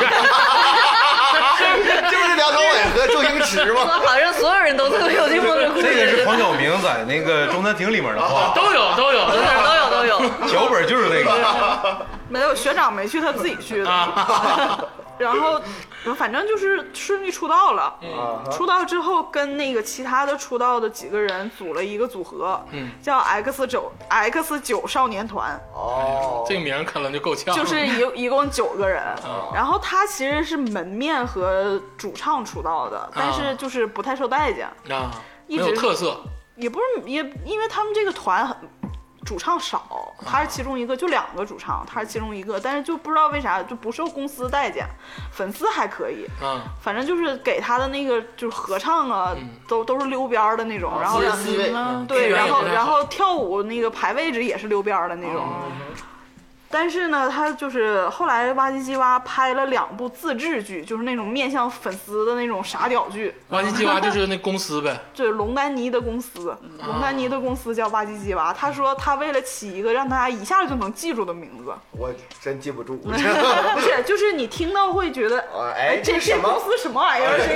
D: 就是梁朝伟和周星驰
C: 说
D: 吗？
C: 好像所有人都特别有这么个故
E: 这个是
C: 事，
E: 黄晓明在那个中餐厅里面的话，
B: 都有都有
C: 都有都有都有，
E: 脚本就是那个，
F: 没有学长没去，他自己去的。
B: 啊，
F: 然后反正就是顺利出道了。
B: 嗯
D: 啊哈
F: 出道之后，跟那个其他的出道的几个人组了一个组合，
B: 嗯
F: 叫 X 九 X 九少年团。
D: 哦，
B: 这个名儿可能就够呛，
F: 就是一一共九个人，然后他其实是门面和主唱出道的，但是就是不太受待见，
B: 啊，没
F: 一直
B: 有特色，
F: 也不是也因为他们这个团很主唱少，他是其中一个，就两个主唱，他是其中一个，但是就不知道为啥就不受公司待见，粉丝还可以，
B: 嗯，
F: 反正就是给他的那个就是合唱啊，都都是溜边儿的那种，然后
D: 资
F: 让嗯
D: 源 C 位，
B: 资
F: 对，
B: 源
F: 然
B: 也
F: 后
B: 不太
F: 然
B: 好
F: 后跳舞那个排位置也是溜边儿的那种。但是呢，他就是后来哇唧唧哇拍了两部自制剧，就是那种面向粉丝的那种傻屌剧，
B: 挖机计划就是那公司呗，
F: 就是龙丹妮的公司，龙丹妮的公司叫哇唧唧哇。他说他为了起一个让大家一下就能记住的名字，
D: 我真记不住，
F: 不是，就是你听到会觉得。
D: 啊哎，
F: 这
D: 这什
F: 这公
D: 么？哎
F: 司什么玩意儿？这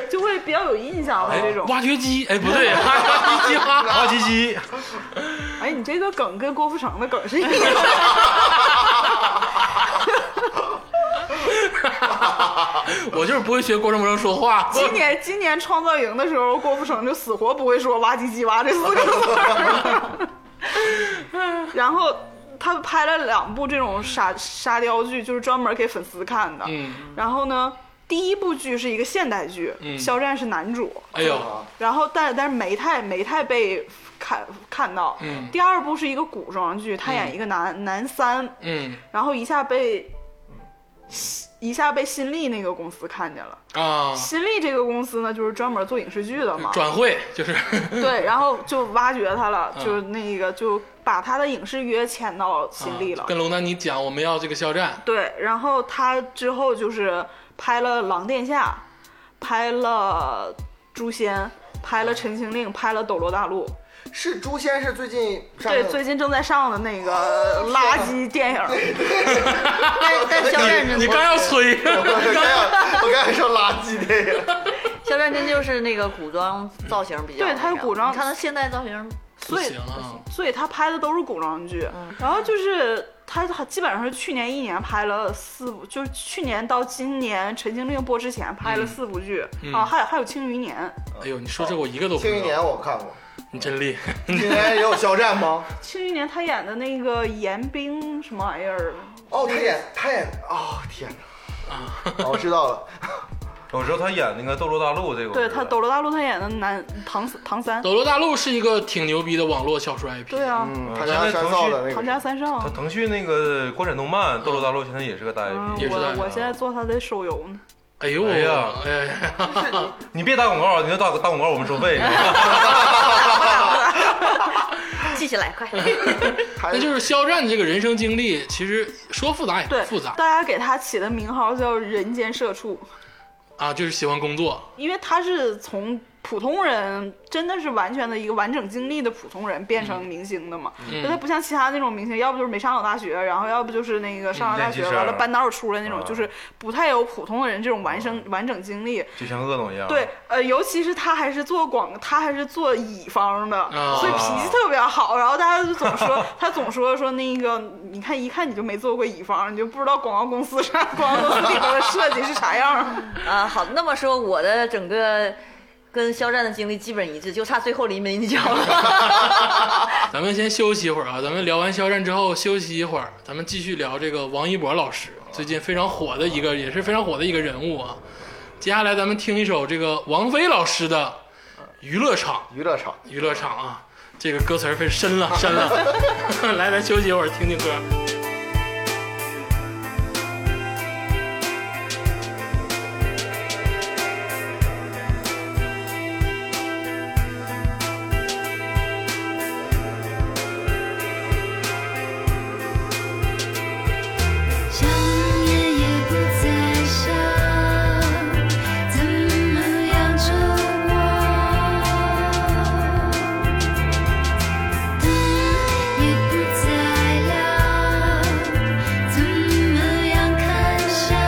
F: 个 就会比较有印象的
B: 哎
F: 这种。
B: 挖掘机，哎，不对，挖掘机 哈，
E: 阿吉吉，
F: 哎，你这个梗跟郭富城的梗是一样 的。
B: 我就是不会学郭正明说话，
F: 今年今年创造营的时候，郭富城就死活不会说“哇唧唧哇”这四个字儿。 然后他拍了两部这种沙沙雕剧，就是专门给粉丝看的。
B: 嗯
F: 然后呢，第一部剧是一个现代剧，
B: 嗯
F: 肖战是男主，
B: 哎呦，
D: 啊
F: 然后但但是没太没太被看看到。
B: 嗯
F: 第二部是一个古装剧，他演一个男、男三，
B: 嗯
F: 然后一下被一下被新力那个公司看见了。
B: 啊，
F: 新力这个公司呢，就是专门做影视剧的嘛，
B: 转会 就是，
F: 对，然后就挖掘他了，
B: 嗯
F: 就那个就把他的影视约签到新力了
B: 啊。跟龙丹妮讲我们要这个肖战，
F: 对，然后他之后就是拍了《狼殿下》，拍了《诛仙》，拍了《陈情令》，拍了《斗罗大陆》。
D: 是《诛仙》是最近上
F: 对，
D: 映
F: 最近正在上的那个垃圾电影儿，
C: 但但肖战真
B: 你刚要催，
D: 我刚想我刚才说垃圾电影，
C: 肖战真就是那个古装造型比较，
F: 对他是古装
C: 你看他现代造 型，
B: 不
F: 所以
B: 行啊，
F: 所以他拍的都是古装剧。
C: 嗯
F: 然后就是他基本上是去年一年拍了四部，就是去年到今年《陈情令》播之前拍了四部剧、
B: 嗯
F: 啊，还有还有《庆余年》。
B: 哎呦，你说这我一个都不
D: 庆余
B: 知
D: 年
B: 道，
D: 我看过，
B: 你真厉害，
D: 庆余年也有肖战吗？
F: 庆余年他演的那个严冰什么玩意儿，
D: 哦，他演他演哦天哪！ 啊，我知道了，
E: 我知道他演那个《斗罗大陆》这个，
F: 对他《斗罗大陆》他演的男唐唐三，
B: 《斗罗大陆》是一个挺牛逼的网络小说 IP，
F: 对啊，
D: 嗯，
E: 嗯
D: 唐家山造的那
F: 唐
D: 个
F: 家三
E: 他
F: 少。
E: 腾讯那个国产动漫《斗罗大陆》现在也是个大
F: 嗯，
B: 也
E: IP，
B: 是在啊
F: 我我现在做他的手游呢，
B: 哎呦，
E: 哎呀
B: 哎 呀，
E: 你别打广告，你要打打广告我们收费。
C: 记起来快。
D: 还，
B: 那就是肖战这个人生经历，其实说复杂也不
F: 对，
B: 复杂
F: 大家给他起的名号叫“人间社畜
B: 啊，就是喜欢工作，”，
F: 因为他是从普通人，真的是完全的一个完整经历的普通人变成明星的嘛。
B: 嗯
F: 就他不像其他那种明星，要不就是没上好大学，然后要不就是那个上
E: 嗯
F: 了大
E: 练习
F: 学
E: 生
F: 完了半道儿出来那种，
E: 啊
F: 就是不太有普通人这种完生完整经历。
E: 就像恶总一样。
F: 对，，呃，尤其是他还是做广，他还是做乙方的，
B: 啊
F: 所以脾气特别好。然后大家就总说，他总说说那个，你看一看你就没做过乙方，你就不知道广告公司啥，广告公司里头的设计是啥样儿。
C: 啊，好，那么说我的整个跟肖战的经历基本一致，就差最后临门一脚 了。
B: 咱们先休息一会儿啊，咱们聊完肖战之后休息一会儿，咱们继续聊这个王一博老师，最近非常火的一个，也是非常火的一个人物啊。接下来咱们听一首这个王菲老师的《娱乐场
D: 娱乐场。》，
B: 娱乐场啊，这个歌词儿非深了，深了。 来，咱休息一会儿，听听歌。
G: 想念也不再想，怎么样折磨？灯也不再亮，怎么样看向？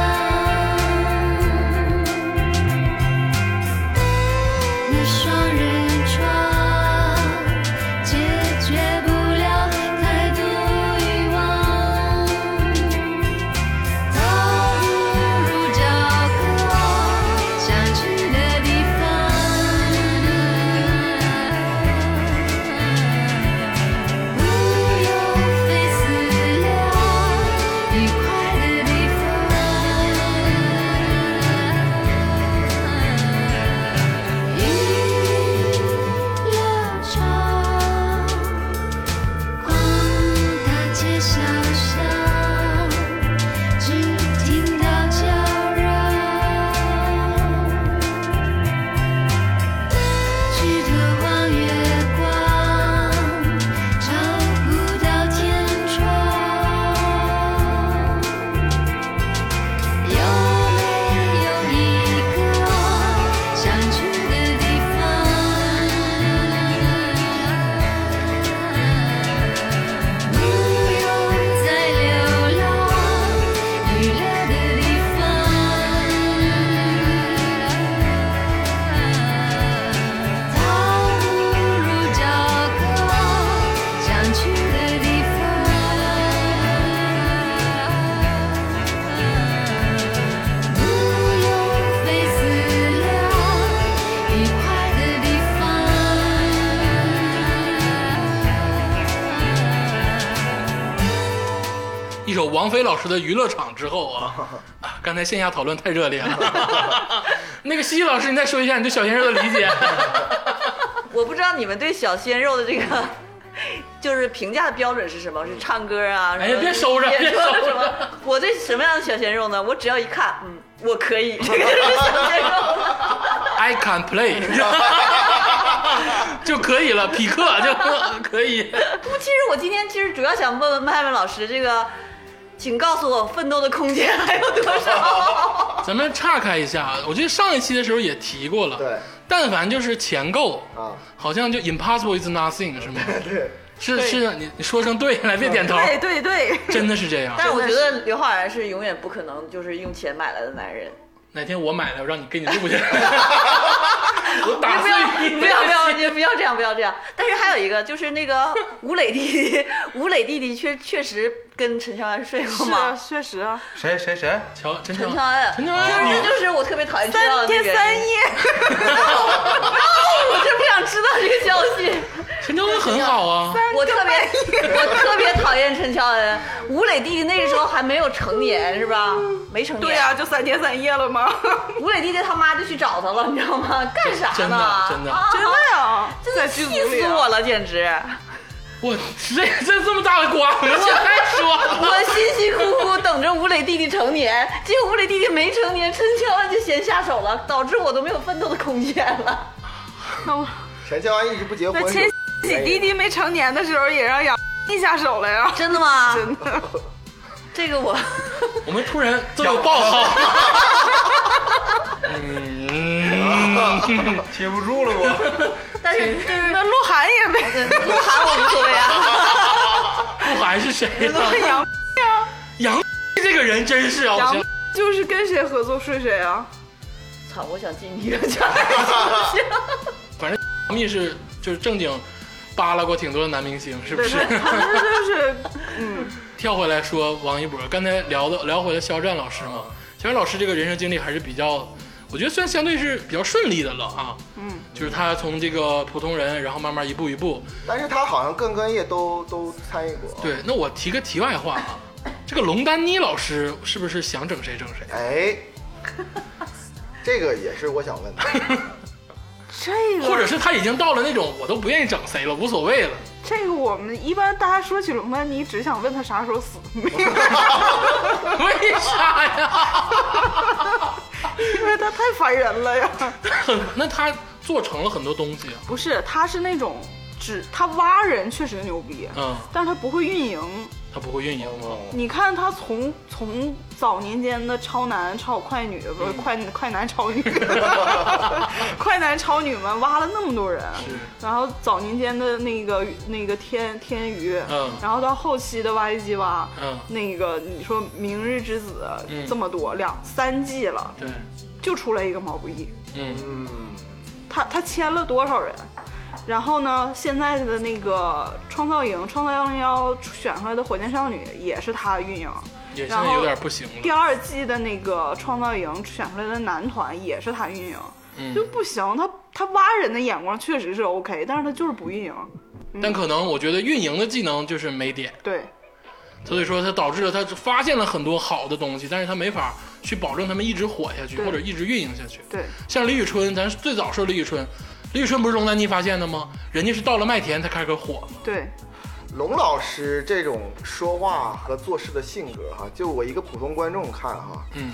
G: 那双人床解决不了太多欲望。倒不如找个我想去的地方。不用费思量，愉快的地方。娱乐场，逛大街小巷。只听到叫嚷，举头望月光，找不到天窗。有没有一个我想去的地方？不用再流浪，娱乐的地方。倒不如找个我想去的地方。不用费思量，愉快的地方。
B: 一首王菲老师的《娱乐场》之后啊，啊刚才线下讨论太热烈了。 那个西西老师，你再说一下你对小鲜肉的理解。
C: 我不知道你们对小鲜肉的这个就是评价的标准是什么？是唱歌啊？
B: 哎呀
C: 什么
B: 别收着
C: 演
B: 别
C: 出啊
B: 收着
C: 什么？我对什么样的小鲜肉呢？我只要一看，嗯，我可以，这个就是小鲜肉。
B: I can play，就可以了，匹克就 可以。
C: 其实我今天其实主要想问问麦麦老师，这个，请告诉我奋斗的空间还有多 少？
B: 咱们岔开一下，我觉得上一期的时候也提过了。
D: 对，
B: 但凡就是钱够，
D: 啊，
B: 好像就 impossible is nothing 是吗？
D: 对，
B: 是是，啊你你说声对来，别点头，
F: 对对对，
B: 真的是这样。
C: 哎但是我觉得刘昊然是永远不可能就是用钱买来的男人。
B: 哪天我买了，我让你给你 录去，我打
C: 不要
B: 碎你。
C: 不要不要，你不要这样，不要这样。但是还有一个就是那 个吴磊弟弟，吴磊弟弟确确实跟陈乔恩睡过
F: 是啊，
C: 嘛。
F: 确实啊，
E: 谁谁谁？
B: 乔陈
C: 陈
B: 乔
C: 乔恩，
B: 陈乔
C: 就是
B: 恩
C: 这就是我特别讨厌知道的
F: 三天
C: 那个哦
F: 三夜，
C: 我就不想知道这个消 息。
B: 陈乔恩很好啊，
C: 我特别我特别讨厌陈乔恩，吴磊弟弟那个时候还没有成年 是吧？没成年。
F: 对啊 呀、就三天三夜了吗？
C: 吴磊弟弟他妈就去找他了，你知道吗？干啥呢？
B: 真的真的
C: 啊
F: 真的 呀，
C: 真
F: 在
C: 的
F: 剧组
C: 气
F: 里
C: 死
F: 啊
C: 我了，简直！
B: 我这这这么大的瓜，我现在 说，
C: 我辛辛苦苦等着吴磊弟弟成年，结果吴磊弟弟没成年，陈乔恩就先下手了，导致我都没有奋斗的空间了。
F: 那我
D: 陈乔恩一直不结婚
F: 那，千玺弟弟没成年的时候也让杨 一下手了呀，
C: 真的吗？
F: 真的。
C: 这个我，
B: 我们突然都有爆号，
D: 嗯
E: 接不住了我。
C: 但是就是
F: 那鹿晗也没
C: 鹿晗我无所谓 啊。
B: 不还是 谁啊呀、
F: 那杨
B: 杨这个人真是啊，我
F: 杨
B: 想
F: 就是跟谁合作睡谁啊？
C: 操，我想进你这个家，行
B: 反正蜜是就是正经扒拉过挺多的男明星，是不
F: 对
B: 是
F: 他，？他就是嗯，
B: 跳回来说王一博，刚才聊的聊回来肖战老师
F: 哦
B: 嘛，肖战老师这个人生经历还是比较，我觉得算相对是比较顺利的了啊。
F: 嗯，
B: 就是他从这个普通人，然后慢慢一步一步。
D: 但是他好像各个业都都参与过。，
F: 哦
B: 对，那我提个题外话 啊，这个龙丹妮老师是不是想整谁整谁？
D: 哎，这个也是我想 问的。
F: 这个
B: 或者是他已经到了那种我都不愿意整谁了，无所谓 了。
F: 这个我们一般大家说起龙丹妮，只想问他啥时 候死，
B: 为啥呀？
F: 因为他太烦人了呀。
B: 很，那他做成了很多东西啊。
F: 不是，他是那种只他挖人确实牛逼，
B: 嗯，
F: 但是他不会运营。
B: 他不会运营啊。
F: 你看他从从早年间的超男超快女，不
B: 嗯
F: 是快快男超 女，快男超女们挖了那么多人，然后早年间的那个那个天天娱，
B: 嗯
F: 然后到后期的 YG 挖，
B: 嗯
F: 那个你说《明日之子
B: 嗯》
F: 这么多两三季了，
B: 对，
F: 就出来一个毛不易，
B: 嗯，
D: 嗯，
F: 他他签了多少人？然后呢，现在的那个创造营，创造幺零幺选出来的火箭少女也是他运营，
B: 也现
F: 然
B: 在
F: 后
B: 有点不行
F: 第
B: 了。
F: 二季的那个创造营选出来的男团也是他运营，
B: 嗯
F: 就不行。他他挖人的眼光确实是 OK，但是他就是不运营。
B: 但可能我觉得运营的技能就是没点，
F: 对，
B: 所以说他导致了他发现了很多好的东西，但是他没法去保证他们一直火下去
F: 对
B: 或者一直运营下去。
F: 对，
B: 像李宇春，咱最早说李宇春，李宇春不是龙丹妮发现的吗？人家是到了麦田才开始火。
F: 对，
D: 龙老师这种说话和做事的性格哈，就我一个普通观众看哈，
B: 嗯，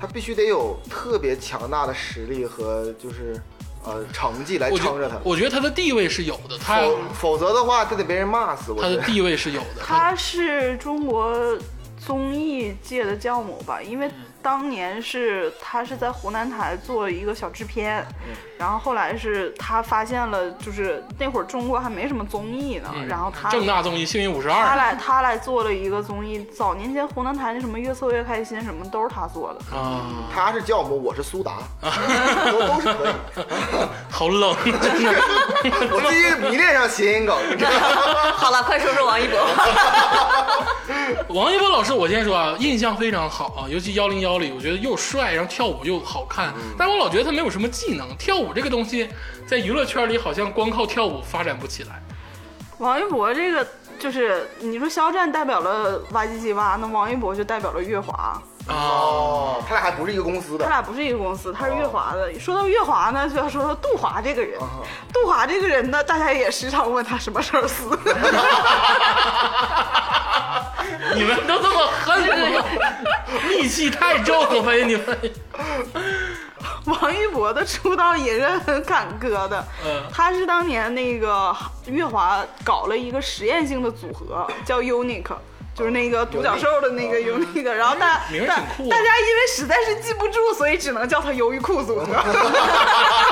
D: 他必须得有特别强大的实力和就是呃成绩来
B: 我觉
D: 撑着他，哦
B: 我觉得他的地位是有的，他
D: 否否则的话，他得被人骂死。我
B: 他
D: 觉
B: 的
D: 得
B: 地位是有的。
F: 他是中国综艺界的教母
B: 嗯
F: 吧，因为当年是他是在湖南台做一个小制片，
B: 嗯
F: 然后后来是他发现了，就是那会儿中国还没什么综艺呢，
B: 嗯
F: 然后他
B: 正大综艺《幸运五十
F: 他
B: 二》
F: 来他来做了一个综艺，早年间湖南台那什么越搜越开心什么都是他做的。
B: 啊，
D: 他是教母，我是苏达， 都都是可以。
B: 好冷，真的。
D: 我最近迷恋上 谐音梗，你知道吗
C: 好了，快说说王一博吧。
B: 王一博老师，我先说啊，印象非常好啊，尤其幺零幺里，我觉得又帅，然后跳舞又好看。但我老觉得他没有什么技能，跳舞这个东西在娱乐圈里好像光靠跳舞发展不起来。
F: 王一博这个就是你说肖战代表了挖唧唧挖，那王一博就代表了月华，
B: 啊，
D: 哦他俩还不是一个公司的
F: 他。俩不是一个公司，他是月华
B: 哦
F: 的。说到月华呢，就要说说杜华这个人。杜华这个人呢，大家也时常问他什么时 候死。
B: 你们都这么恨我， 戾气太重了，我发现你们，
F: 王一博的出道也是很坎坷的。
B: 嗯
F: 他是当年那个月华搞了一个实验性的组合，叫 Unique。就是那个独角兽的那个 Unique，然后大
B: 哦名儿
F: 大
B: 挺酷啊
F: 大家因为实在是记不住，所以只能叫他优衣 库组合。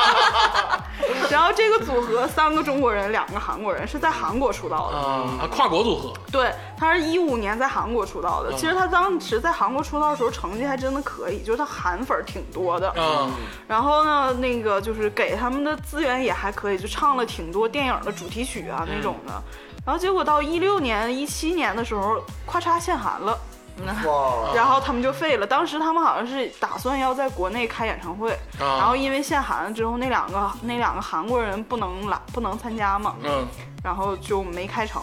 F: 然后这个组合三个中国人，两个韩国人，是在韩国出道的。
B: 啊，跨国组合，
F: 对，他是一五年在韩国出道的。其实他当时在韩国出道的时候，成绩还真的可以，就是他韩粉儿挺多的。
B: 啊
F: 然后呢，那个就是给他们的资源也还可以，就唱了挺多电影的主题曲啊那种的。然后结果到一六年、一七年的时候，咔嚓限韩了，
D: 哇，
F: 然后他们就废了。当时他们好像是打算要在国内开演唱会，然后
B: 啊，
F: 因为限韩之后，那两个那两个韩国人不能来，不能参加嘛。
B: 嗯，
F: 然后就没开成。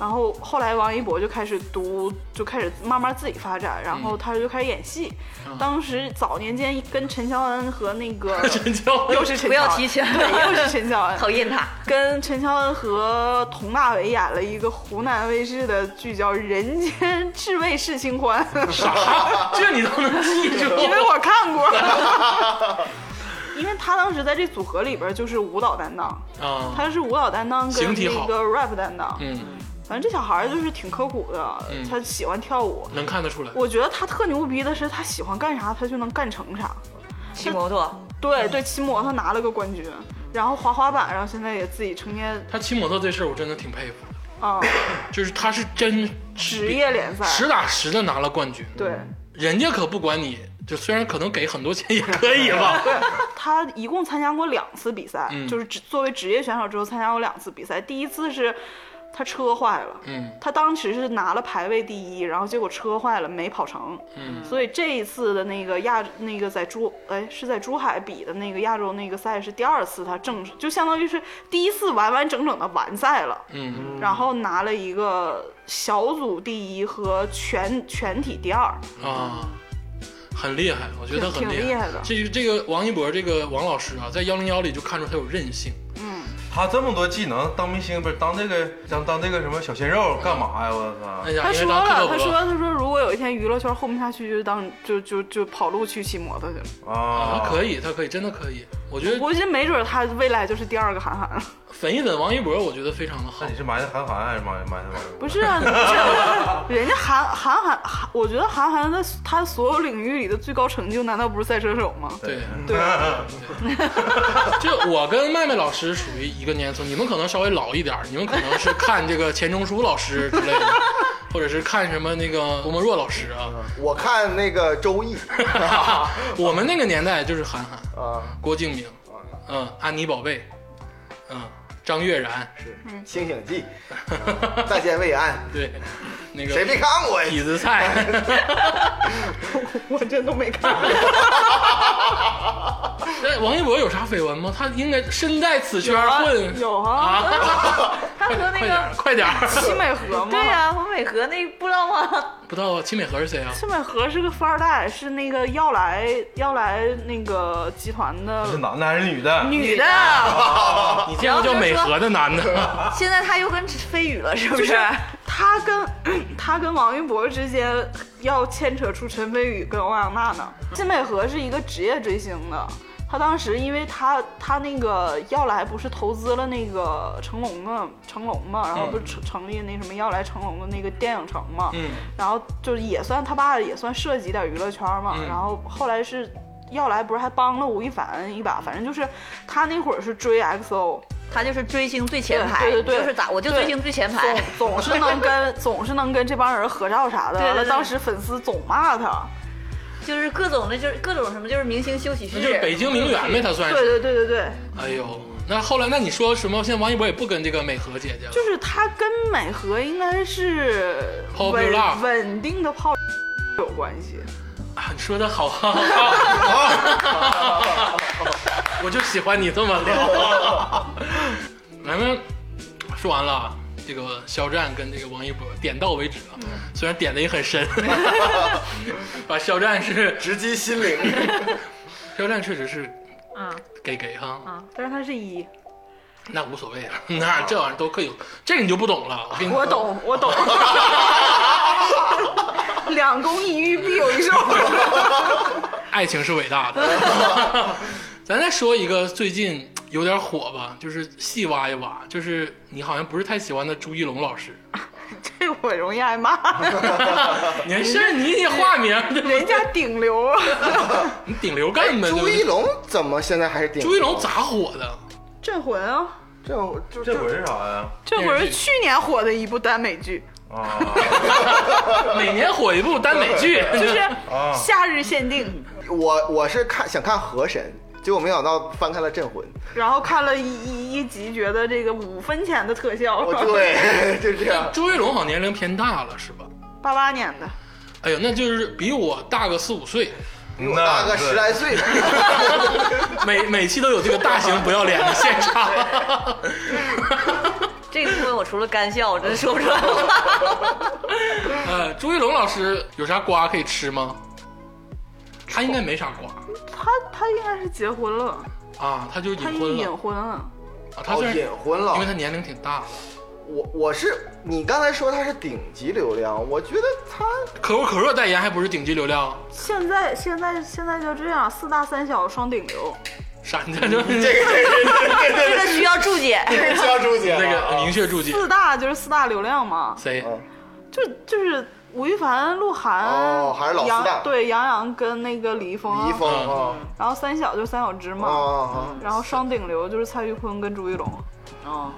F: 然后后来王一博就开始读，就开始慢慢自己发展，然后他就开始演戏。当时早年间跟陈乔恩和那个
B: 真叫
F: 又是陈乔恩
C: 不要提起来
F: 对，又是陈乔恩，
C: 讨厌他。
F: 跟陈乔恩和佟大为演了一个湖南卫视的剧，叫《人间至味是清欢》，
B: 啥？这你都能记住？
F: 因为我看过。因为他当时在这组合里边就是舞蹈担当，
B: 啊，
F: 他是舞蹈担当
B: 形
F: 跟
B: 体
F: 那
B: 好
F: 个 rap 担当，
B: 嗯，
F: 反正这小孩儿就是挺刻苦的，
B: 嗯
F: 他喜欢跳舞。
B: 能看得出来，
F: 我觉得他特牛逼的是，他喜欢干啥他就能干成啥。
C: 骑摩托，
F: 对对，骑摩托拿了个冠军，然后滑滑板，然后现在也自己成天
B: 他骑摩托这事儿我真的挺佩服的，
F: 啊、
B: 就是他是真
F: 职业联赛。
B: 实打实的拿了冠军，
F: 对，
B: 人家可不管你，就虽然可能给很多钱也可以吧，
F: 他一共参加过两次比赛，
B: 嗯
F: 就是只作为职业选手之后参加过两次比赛。第一次是他车坏了，
B: 嗯
F: 他当时是拿了排位第一，然后结果车坏了没跑成，
B: 嗯
F: 所以这一次的那个亚那个在珠哎是在珠海比的那个亚洲那个赛是第二次他正就相当于是第一次完完整整的完赛了，
B: 嗯
F: 然后拿了一个小组第一和全全体第二，
B: 啊，很厉害，我觉得
F: 挺
B: 很
F: 挺
B: 厉
F: 厉
B: 害。
F: 害的。
B: 这这个王一博这个王老师啊，在幺零幺里就看出他有韧性，
E: 他这么多技能，当明星不是当这个当当这个什么小鲜肉干嘛呀？我操
B: 哎！呀，
F: 他
B: 因
F: 说
B: 为当克啊
F: 了，他
B: 德
F: 说
B: 伯
F: 他说如果有一天娱乐圈混不下去，就当就就就跑路去骑摩托去了。
E: 啊，
B: 啊，可以，他可以，真的可以，我觉得
F: 我觉得没准他未来就是第二个韩寒。
B: 粉一粉王一博，我觉得非常的好
E: 那你，是埋汰韩寒还是埋埋汰王一博
F: 不是啊， 这人家韩韩寒，韩我觉得韩寒在他所有领域里的最高成就，难道不是赛车手吗？
B: 对。
F: 对，
B: 就我跟麦麦老师属于一个年龄层，你们可能稍微老一点儿，你们可能是看这个钱钟书老师之类的，或者是看什么那个郭沫若老师啊。
D: 我看那个《周易》
B: 我们那个年代就是韩寒、
D: 啊，
B: 郭敬明，嗯，安妮宝贝，嗯，张悦然，
D: 是《清醒记》啊，再见未安，
B: 对，那
D: 谁
B: 个
D: 没看过
B: 痞
D: 呀？
B: 子蔡，
F: 我真都没看过。
B: 那哎王一博有啥绯闻吗？他应该身在此圈混
F: 有啊，
B: 啊，
C: 他和
B: 快
C: 那
B: 点儿
C: 个，
B: 快点儿，
F: 戚美和吗？
C: 对呀、王美和那不知道吗？
B: 不知道啊，戚美和是谁啊？
F: 戚美和是个富二代，是那个要来要来那个集团的
E: 是男的还是女的？啊
F: 女的，
B: 你见过叫美和的男的吗？
C: 现在他又跟飞宇了，是不？
F: 就是是他跟 他跟王一博之间要牵扯出陈飞宇跟欧阳娜娜。金美和是一个职业追星的，他当时因为他他那个要来不是投资了那个成龙的成龙嘛，然后不是成成立那什么要来成龙的那个电影城嘛，
B: 嗯
F: 然后就是也算他爸也算涉及点娱乐圈嘛，
B: 嗯
F: 然后后来是。要来不是还帮了吴亦凡一把，反正就是他那会儿是追 XO，
C: 他就是追星最前排，
F: 对对对
C: 就是咋我就
F: 对
C: 追星最前排
F: 总。 总是能跟总是能跟这帮人合照啥的。
C: 对对
F: 完了
C: 对
F: 当时粉丝总骂他，
C: 就是各种的，就是各种什么，就是明星休息室。
B: 那就是北京名媛呗，他算
F: 对
B: 是。
F: 对对对对，
B: 哎呦，那后来那你说什么？现在王一博也不跟这个美和姐姐了
F: 就是他跟美和应该是
B: Popular
F: 稳稳定的泡有关系。
B: 啊！你说的好，好好好我就喜欢你这么聊。咱们说完了啊，这个肖战跟这个王一博点到为止啊，虽然点的也很深，把肖战是
D: 直击心灵。
B: 肖战确实是
F: 啊
B: 给给哈，
F: 啊！但是他是一，
B: 那无所谓啊，那这玩意儿都可以有，这个你就不懂了，我跟你
F: 我懂，我懂。 两公一玉必有一 兽。
B: 爱情是伟大的。 咱再说一个最近有点火吧，就是细挖一挖，就是你好像不是太喜欢的朱一龙老 师。
F: 这我容易挨骂，
B: 你还是你也化名，
F: 人家顶流。啊
B: 你顶流干呗。对不
D: 哎朱
B: 对
D: 一龙怎么现在还是顶？
B: 朱一龙咋火的？
F: 镇魂啊，
D: 这我就
E: 这会儿是啥呀？
F: 这会儿是去年火的一部耽美剧，
E: 啊
B: 每年火一部耽美剧，
F: 就是
E: 啊！
F: 夏日限定，
D: 我我是看想看河神，结果没想到翻开了镇魂。
F: 然后看了一一一集，觉得这个五分钱的特效，
D: 哦，对， 就这样。
B: 朱一龙好像年龄偏大了是吧？
F: 八八年的，
B: 哎呦，那就是比我大个四五岁，
D: 比我 大个十来岁，
B: 每每期都有这个大型不要脸的现 场。
C: 这个部分我除了干笑，我真说不出来 话。
B: 呃，朱一龙老师有啥瓜可以吃吗？他应该没啥瓜
F: 他他应该是结婚了，
B: 啊，他就
F: 他
B: 隐婚
F: 已
B: 了
F: 隐婚了，
B: 啊，他
D: 哦
B: 虽然
D: 隐婚了
B: 因为。他年龄挺大了，
D: 我我是你刚才说他是顶级流量，我觉得他
B: 可口可乐代言还不是顶级流量？啊
F: 现在现在现在就这样，四大三小双顶流，
B: 啥？你这就是
D: 这个这个
C: 这个需要注解。
D: 这个叫朱 姐
B: 那个明确注解
F: 四大就是四大流量嘛，
B: 谁？
F: 就就是吴亦凡、鹿晗，
D: 哦还是老四
F: 杨
D: 大
F: 对杨洋跟那个李易峰啊，
D: 李易峰啊
F: 然后三小就是三小只
D: 啊
F: 嘛，
D: 啊！
F: 然后双顶流就是蔡徐坤跟朱一龙，
C: 哦，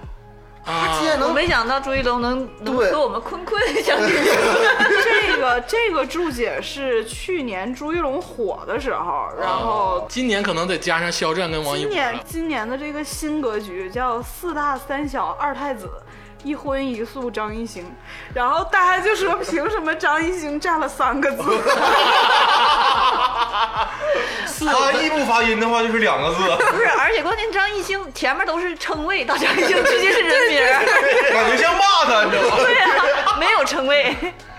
D: 他
B: 啊
D: 竟，然
C: 我
D: 能
C: 没想到朱一龙能能
D: 对
C: 和我们坤坤相比。
F: 这个这个注解是去年朱一龙火的时候，然后
B: 今年可能得加上肖战跟王一
F: 今
B: 博
F: 年
B: 了。
F: 今年的这个新格局叫四大三小二太子。一荤一素张艺兴，然后大家就说凭什么张艺兴占了三个字？
E: 他一不发音的话就是两个字，
C: 不是，而且关键张艺兴前面都是称谓，到张艺兴直接是人名儿，
E: 感觉像骂他，你知道吗？
C: 对啊， 没有称谓。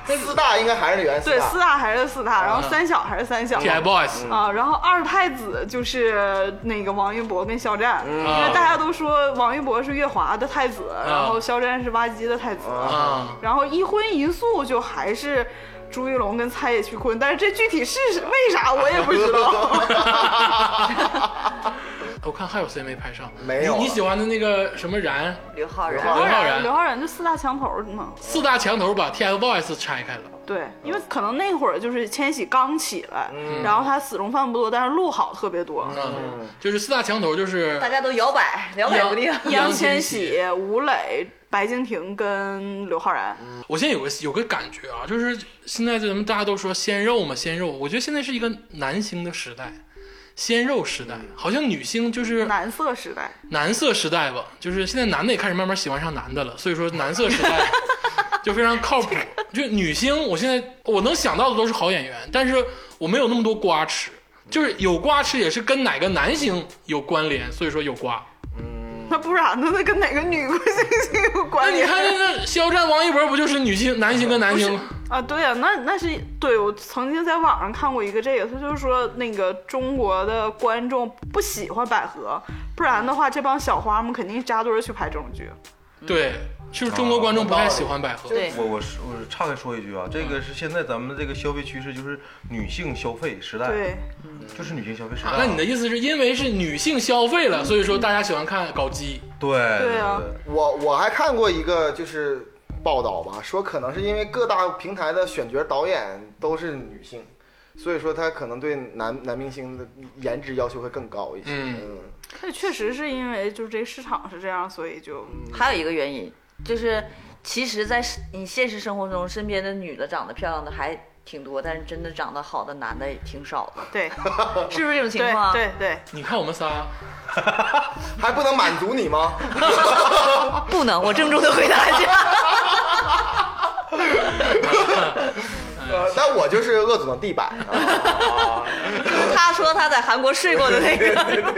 D: 四大应该还是原
F: 对，
D: 大
F: 四，大还是四大，然后三小还是三小。
B: TFBOYS
F: 啊，然后二太子就是那个王一博跟肖战，因为大家都说王一博是月华的太子，然后肖战是挖机的太子，
D: 嗯
B: 啊，
F: 然后一荤一素就还是朱一龙跟蔡野区坤，但是这具体是为啥我也不知 道。
B: 我看还有谁没拍上？
D: 没有啊
B: 你你
D: 了
B: 喜欢的那个什么然，
C: 刘昊然
D: 刘昊
B: 刘昊
F: 刘
B: 然，
F: 昊然就四大墙头嘛，
B: 四大墙头把 TFBOYS 拆开了。
F: 对，因为可能那会儿就是千玺刚起来，然后他死忠饭不多，但是路好特别多。
B: 嗯，就是四大墙头就是
C: 大家都摇摆，摇摆不定。
B: 杨
F: 易烊
B: 千
F: 千玺、吴磊、白敬亭跟刘昊然，
B: 我现在有个有个感觉啊，就是现在咱们大家都说鲜肉嘛，鲜肉，我觉得现在是一个男星的时代，鲜肉时代，好像女星就是
F: 男色时代。
B: 男色时代吧，就是现在男的也开始慢慢喜欢上男的了，所以说男色时代就非常靠谱。就女星，我现在我能想到的都是好演员，但是我没有那么多瓜吃，就是有瓜吃也是跟哪个男星有关联，所以说有瓜。
F: 那不然呢？那跟哪个女明星有
B: 那
F: 关
B: 你
F: 联
B: 看那那肖战、王一博不就是女星、男星跟男星吗？
F: 啊？对呀、那那是对我曾经在网上看过一个这个，他就是说那个中国的观众不喜欢百合，不然的话这帮小花们肯定扎堆儿去拍这种剧。
B: 对，就是中国观众不太喜欢百合。
C: 对，
E: 我我是我是岔开说一句啊，这个是现在咱们这个消费趋势，就是女性消费时
B: 哎
E: 代，
F: 对，
E: 就是女性消费时代
B: 啊
E: 啊。
B: 那你的意思是因为是女性消费了，所以说大家喜欢看搞基？
E: 对
F: 对啊
D: 我我还看过一个就是报道吧，说可能是因为各大平台的选角导演都是女性，所以说他可能对男男明星的颜值要求会更高一些。
B: 嗯
D: 嗯，
F: 那确实是因为就是这市场是这样，所以就 嗯
C: 还有一个原因就是，其实，在你现实生活中，身边的女的长得漂亮的还挺多，但是真的长得好的男的也挺少的，
F: 对
C: 是不是这种嗯情
F: 对
C: 况？，
F: 对对，
B: 你看我们仨，
D: 还不能满足你吗？
C: 啊不能，我郑重的回答一下。
D: 呃但我就是恶总的地板啊！
C: 他说他在韩国睡过的那个，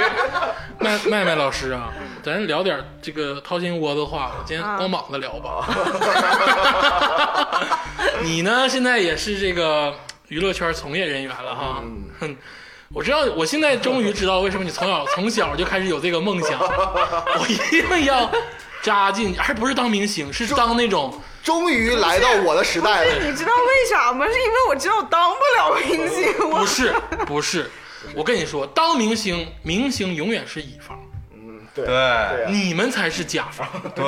B: 麦麦麦老师啊，咱聊点这个掏心窝子话，今天光膀子聊吧。 你呢，现在也是这个娱乐圈从业人员了哈。哼， 我知道，我现在终于知道为什么你从小从小就开始有这个梦想，我一定要扎进，还不是当明星，是当那种
D: 终于来到我的时代了。
F: 你知道为啥吗？是因为我知道我当不了明 星，我
B: 不是不是。我跟你说，当明星，明星永远是乙方，
D: 嗯，对
E: 对
D: 呀
B: 你们才是甲方。
E: 对，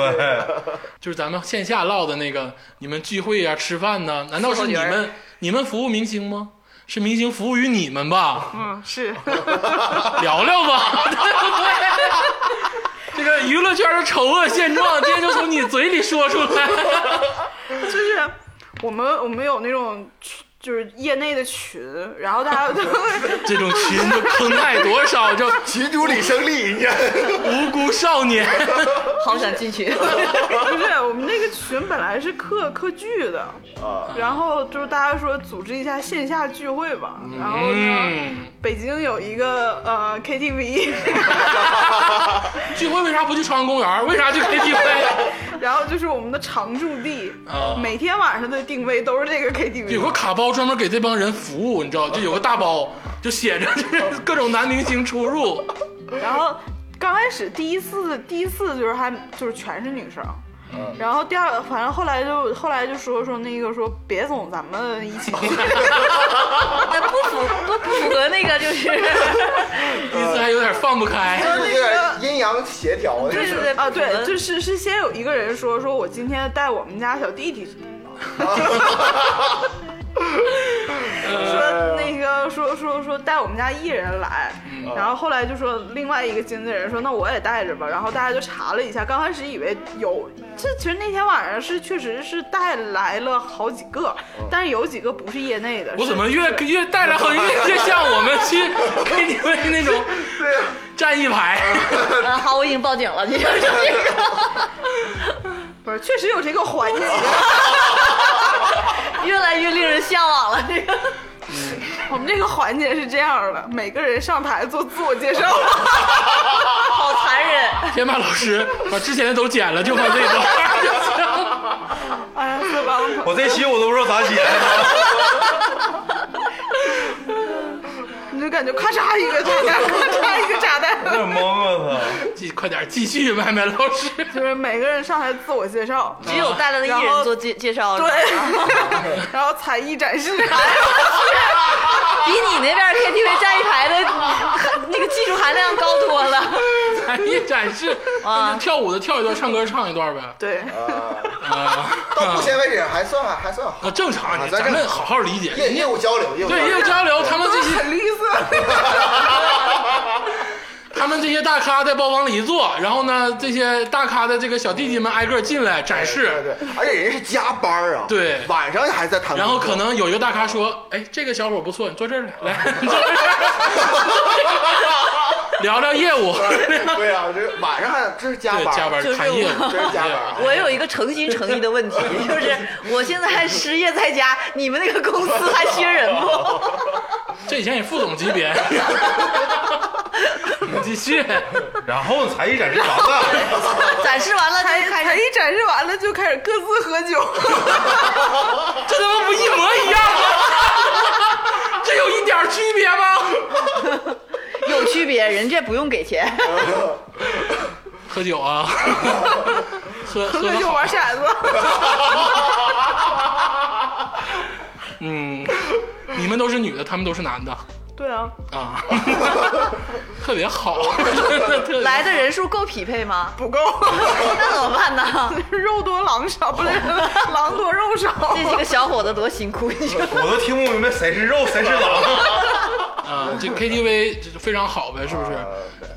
B: 就是咱们线下唠的那个，你们聚会啊、吃饭呐，难道是你
C: 伺候
B: 们你们服务明星吗？是明星服务于你们吧？
F: 嗯是。
B: 聊聊吧， 对不对？这个娱乐圈的丑恶现状，今天就从你嘴里说出来。
F: 就是我们我们有那种就是业内的群，然后大家都 会
B: 这种群就坑害多少就
D: 群主李胜利，你看，
B: 无辜少年？
C: 好想进去。
F: 不是我们那个群本来是课课剧的，然后就是大家说组织一下线下聚会吧，然后呢。
B: 嗯，
F: 北京有一个呃 KTV，
B: 聚会为啥不去朝阳公园？为啥去 KTV？
F: 然后就是我们的常驻地，
B: 啊
F: 每天晚上的定位都是这个 KTV。
B: 有个卡包专门给这帮人服务，你知道？就有个大包，就写着就是各种男明星出入。
F: 然后刚开始第一次第一次就是还就是全是女生。然后第二，反正后来就后来就说说那个说别总咱们一起去，
C: 那不符不不符合那个 就是，
B: 第一次还有点放不开。
D: 就是有点阴阳协调。
C: 对对对
F: 啊
C: 不符
F: 对，
C: 合
F: 就是是先有一个人说说我今天带我们家小弟弟， 说那个说说说带我们家艺人来，
B: 嗯
F: 然后后来就说另外一个经纪人说那我也带着吧，然后大家就查了一下，刚开始以为有，这其实那天晚上是确实是带来了好几个，但是有几个不是业内的，
B: 嗯我怎么
F: 是
B: 越越带来好像越越像我们去 KTV 那种站一排？
C: 嗯，好，我已经报警了，你就是这个，
F: 不是确实有这个环 节，
C: 越来越令人向往了。这个
F: 我们这个环节是这样的，每个人上台做自我介绍。
C: 好残忍，
B: 天霸老师把之前的都剪了，就放这一段儿就行。
F: 哎呀，四八万
E: 我这期我都不知道咋写。
F: 你就感觉咔嚓一个炸弹，咔嚓一个炸
E: 有点
F: 弹。
E: 懵啊！
B: 继快点继续，麦麦老师。
F: 就是每个人上台自我介绍，
C: 只有带来的艺人做介介绍，
F: 对， 然后才艺展示，
C: 哎比你那边 KTV 站一排的 那个技术含量高多了。
B: 才艺展示，
C: 啊
B: 那就跳舞的跳一段，唱歌唱一段呗。
F: 对，
B: 啊，
D: 呃到目前为止还算还算好，
B: 啊正常，
D: 啊
B: 你
D: 咱
B: 咱
D: 正
B: 们
D: 常
B: 好好理解。
D: 业业务交流，业务交
B: 对，业
D: 流
B: 务交流，他们这
F: 都
B: 些
F: 很绿色。
B: 他们这些大咖在包房里一坐，然后呢，这些大咖的这个小弟弟们挨个进来展
D: 对
B: 示，
D: 对，而且人家是加班儿啊，
B: 对
D: 晚上还在谈工作，
B: 然后可能有一个大咖说：“哎，这个小伙不错，你坐这儿来，来，你坐这儿来聊聊业务，
D: 对啊，这晚上还这是加
B: 对
D: 班儿，
B: 加班
C: 就是
B: 谈业务。”
D: 这是加班儿。
C: 我有一个诚心诚意的 问题，就是我现在失业在家，你们那个公司还缺人不？
B: 这以前也副总级别。你继续，
E: 然后才艺展示啥的，
C: 展示完了
F: 才
C: 就开
F: 才
C: 始
F: 艺展示完了就开始各自喝酒，
B: 这他妈不一模一样吗？这有一点区别吗？
C: 有区别，人家不用给钱，
B: 喝酒啊，喝
F: 喝
B: 喝
F: 喝
B: 得
F: 酒
B: 好
F: 玩骰子。
B: 嗯，你们都是女的，他们都是男的
F: 对啊，
B: 啊，特别 好，真的特别
C: 来的人数够匹配吗？
F: 不够，
C: 那怎么办呢？
F: 肉多狼少，不是狼多肉少
C: 这。几个小伙子多辛苦，你说
E: 我都听不明白谁是肉谁是狼。
B: 啊，这 KTV 就是非常好呗，是不是？
C: 啊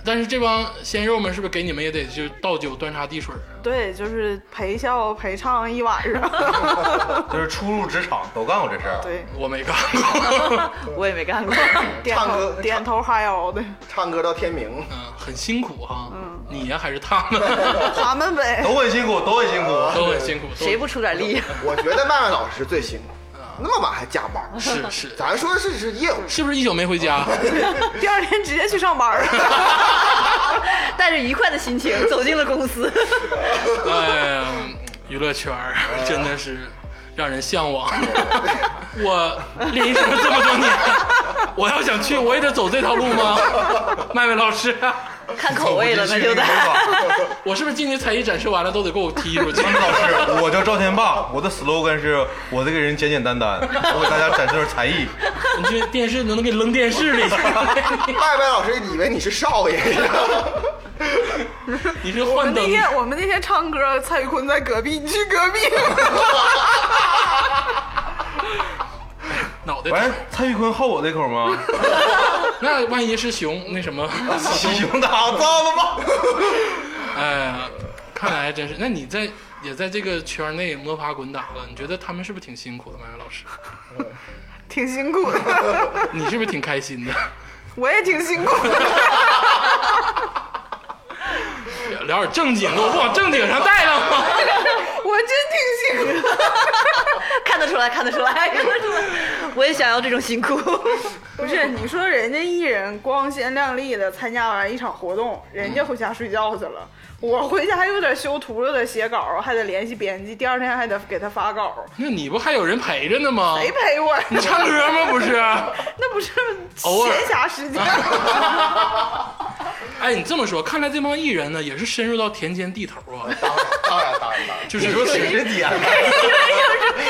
B: 但是这帮鲜肉们是不是给你们也得就倒酒端茶递水啊？
F: 对，就是陪笑陪唱一晚上。
E: 就是初入职场都干过这事儿。
F: 对，
B: 我没干过，
C: 我也没干过。
F: 点
D: 唱哦歌
F: 头点头哈腰的，
D: 唱歌到天明，
B: 嗯，很辛苦哈。
C: 嗯
B: 你呀还是他 们
F: 他们
D: 哦
F: 呗。
E: 都很辛苦，都很辛苦。
B: 都很辛苦，都
C: 谁不出点力？
D: 我觉得曼曼老师最辛苦，那么晚还加班儿。
B: 啊是是
D: 咱说是是业务，
B: 是不是一宿没回家？
F: 第二天直接去上班了。
C: 带着愉快的心情走进了公司。
B: 哎呀，娱乐圈儿
C: 哎
B: 真的是让人向 往。我练习生这么多年，我要想去，我也得走这条路 吗？麦麦老师，
C: 看口味了，那就得。
B: 我是不是今年才艺展示完了都得给我踢出去？
E: 老师，我叫赵天霸，我的 slogan 是我这个人简简单单，我给大家展示点才艺。
B: 你去电视都能给扔电视里，
D: 麦麦老师以为你是少爷，
B: 你是
F: 我
B: 幻
F: 们那
D: 嗯
B: 灯。
F: 天我们那天唱歌，蔡徐坤在隔壁，你去隔壁。
B: 脑袋
E: 喂
B: 疼，
E: 蔡徐坤好我这口吗？
B: 那万一是熊那什么？
E: 行，打造啊了吧。
B: 哎呀，看来真是。那你在也在这个圈儿内摸爬滚打了，你觉得他们是不是挺辛苦的？麦麦老师，
F: 挺辛苦的，
B: 你是不是挺开心的？
F: 我也挺辛苦的。
B: 聊点正经的，我不往正经上带了吗？
F: 我真挺辛苦的。
C: 看得出来，看得出来，看得出来。我也想要这种辛苦。
F: 不是，你说人家艺人光鲜亮丽的参加完一场活动，人家回家睡觉去了，我回家又得修图，又得写稿，还得联系编辑，第二天还得给他发稿，
B: 那你不还有人陪着呢吗？
F: 谁陪 我呀？
B: 你唱歌吗？不是？
F: 那不是
B: 偶尔
F: 闲暇时间？
B: 哎，你这么说，看来这帮艺人呢也是深入到田间地头啊，
D: 当然当然当然，
B: 就是
E: 是点，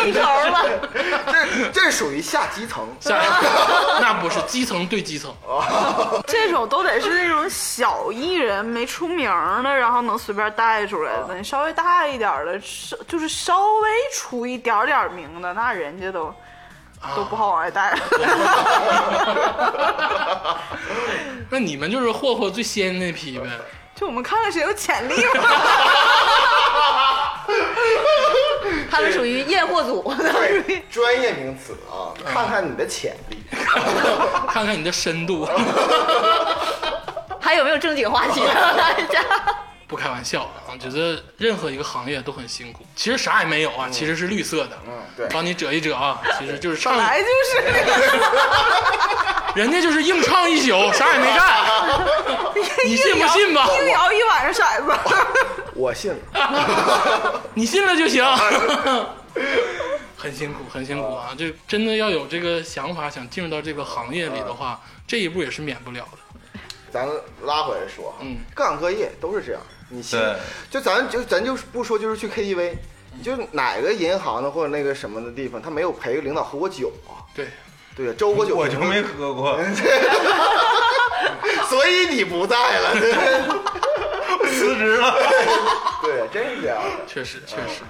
C: 地头了，
D: 这这属于下基层，
B: 下
F: 啊
B: 那不是基层对基层，
F: 这种都得是那种小艺人没出名儿的，然后能随便带出来的。你稍微大一点儿的，稍就是稍微出一点儿点儿名的，那人家都都不好往外带 了。
B: 那你们就是霍霍最先那批呗。
F: 就我们看看谁有潜力嘛。
C: 他们属于验货组。
D: 对，专业名词啊，看看你的潜力。
B: 看看你的深度，
C: 还有没有正经话题呢？ 大家
B: 不开玩笑啊，觉得任何一个行业都很辛苦，其实啥也没有啊，其实是绿色的，
D: 嗯，对，
B: 帮你折一折啊，其实就是唱
F: 本，来就是那个
B: 人家就是硬唱一宿，啥也没 干，你信不信吧？
F: 硬摇一晚上骰 子，
D: 我信了。
B: 你信了就 行。很辛苦，很辛苦
D: 嗯
B: 啊！就真的要有这个想法，想进入到这个行业里的话，
D: 嗯
B: 这一步也是免不了的。
D: 咱拉回来说啊，
B: 嗯
D: 各行各业都是这样。你信
E: 对，
D: 就咱就咱就不说，就是去 KTV，就哪个银行的或者那个什么的地方，他没有陪领导喝过酒啊？
B: 对，
D: 对呀，周过酒，
E: 我就没，喝过。
D: 所以你不在了。
E: 辞职了。
D: 对，真是这样的。
B: 确实，确实，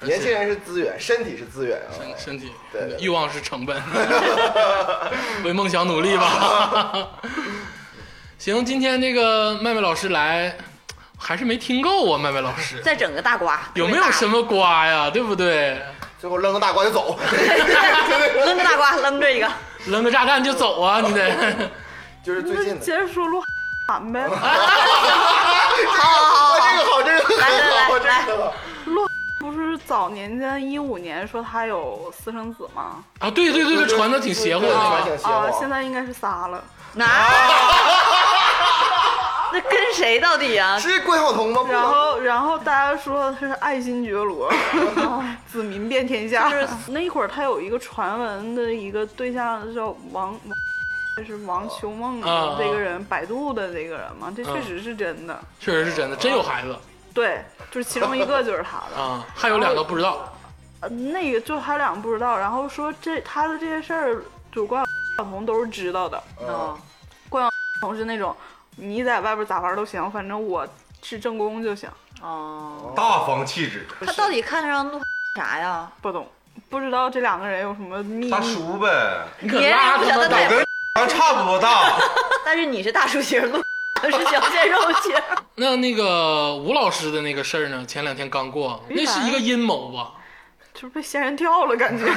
B: 而
D: 年轻
B: 且
D: 人是资源，身体是资源啊。
B: 身身体
D: 对对对
B: 欲望是成本， 为梦想努力吧。 行，今天这个麦麦老师来，还是没听够啊，麦麦老 师
C: 再整个大瓜，
B: 有没有什么瓜呀？对不对？
D: 最后扔个大瓜就走。
C: 扔个大瓜，扔这一个。
B: 扔个炸弹就走啊！你 得，
D: 就是最
F: 那
D: 近
F: 接
D: 的。
F: 着说鹿晗 呗。
D: 好，这个好，这个
C: 来来
D: 好，
C: 来
D: 这
C: 来
D: 个好。
F: 不是早年间一五年说他有私生子吗？
B: 啊，对对对对，传的挺邪乎的那
D: 啊
B: 个
D: 还。挺邪乎
F: 啊
D: 啊，
F: 现在应该是仨了。
C: 啊！ 那跟谁到底啊？
D: 是桂晓彤吗？不
F: 然 后，然后大家说他是爱新觉 罗，子民遍天下。就是那一会儿，他有一个传闻的一个对象叫王，王就是王秋梦
B: 啊啊
F: 这个人，百度的这个人嘛，这确实是真的。
B: 确实是真的，真有孩子
F: 对，就是其中一个就是他的。
B: 啊，还有两个不知道。
F: 呃，那个就他俩不知道，然后说这他的这些事儿，主观小红都是知道的。
C: 哦
F: 同是那种你在外边咋玩都行，反正我是正宫就行。
C: 哦，
E: 大方气质，
C: 他到底看上鹿啥呀？
F: 不懂，不知道这两个人有什么秘密。
E: 大叔呗，
B: 你可
C: 别人
B: 拉
C: 不
B: 他
C: 晓
B: 妈
C: 得
B: 倒
C: 带
B: 根儿。
E: 咱差不多大。
C: 但是你是大叔型，鹿 是小鲜肉型。
B: 那那个吴老师的那个事儿呢？前两天刚过，那
C: 啊
B: 是一个阴谋吧？
F: 就是被仙人跳了，感觉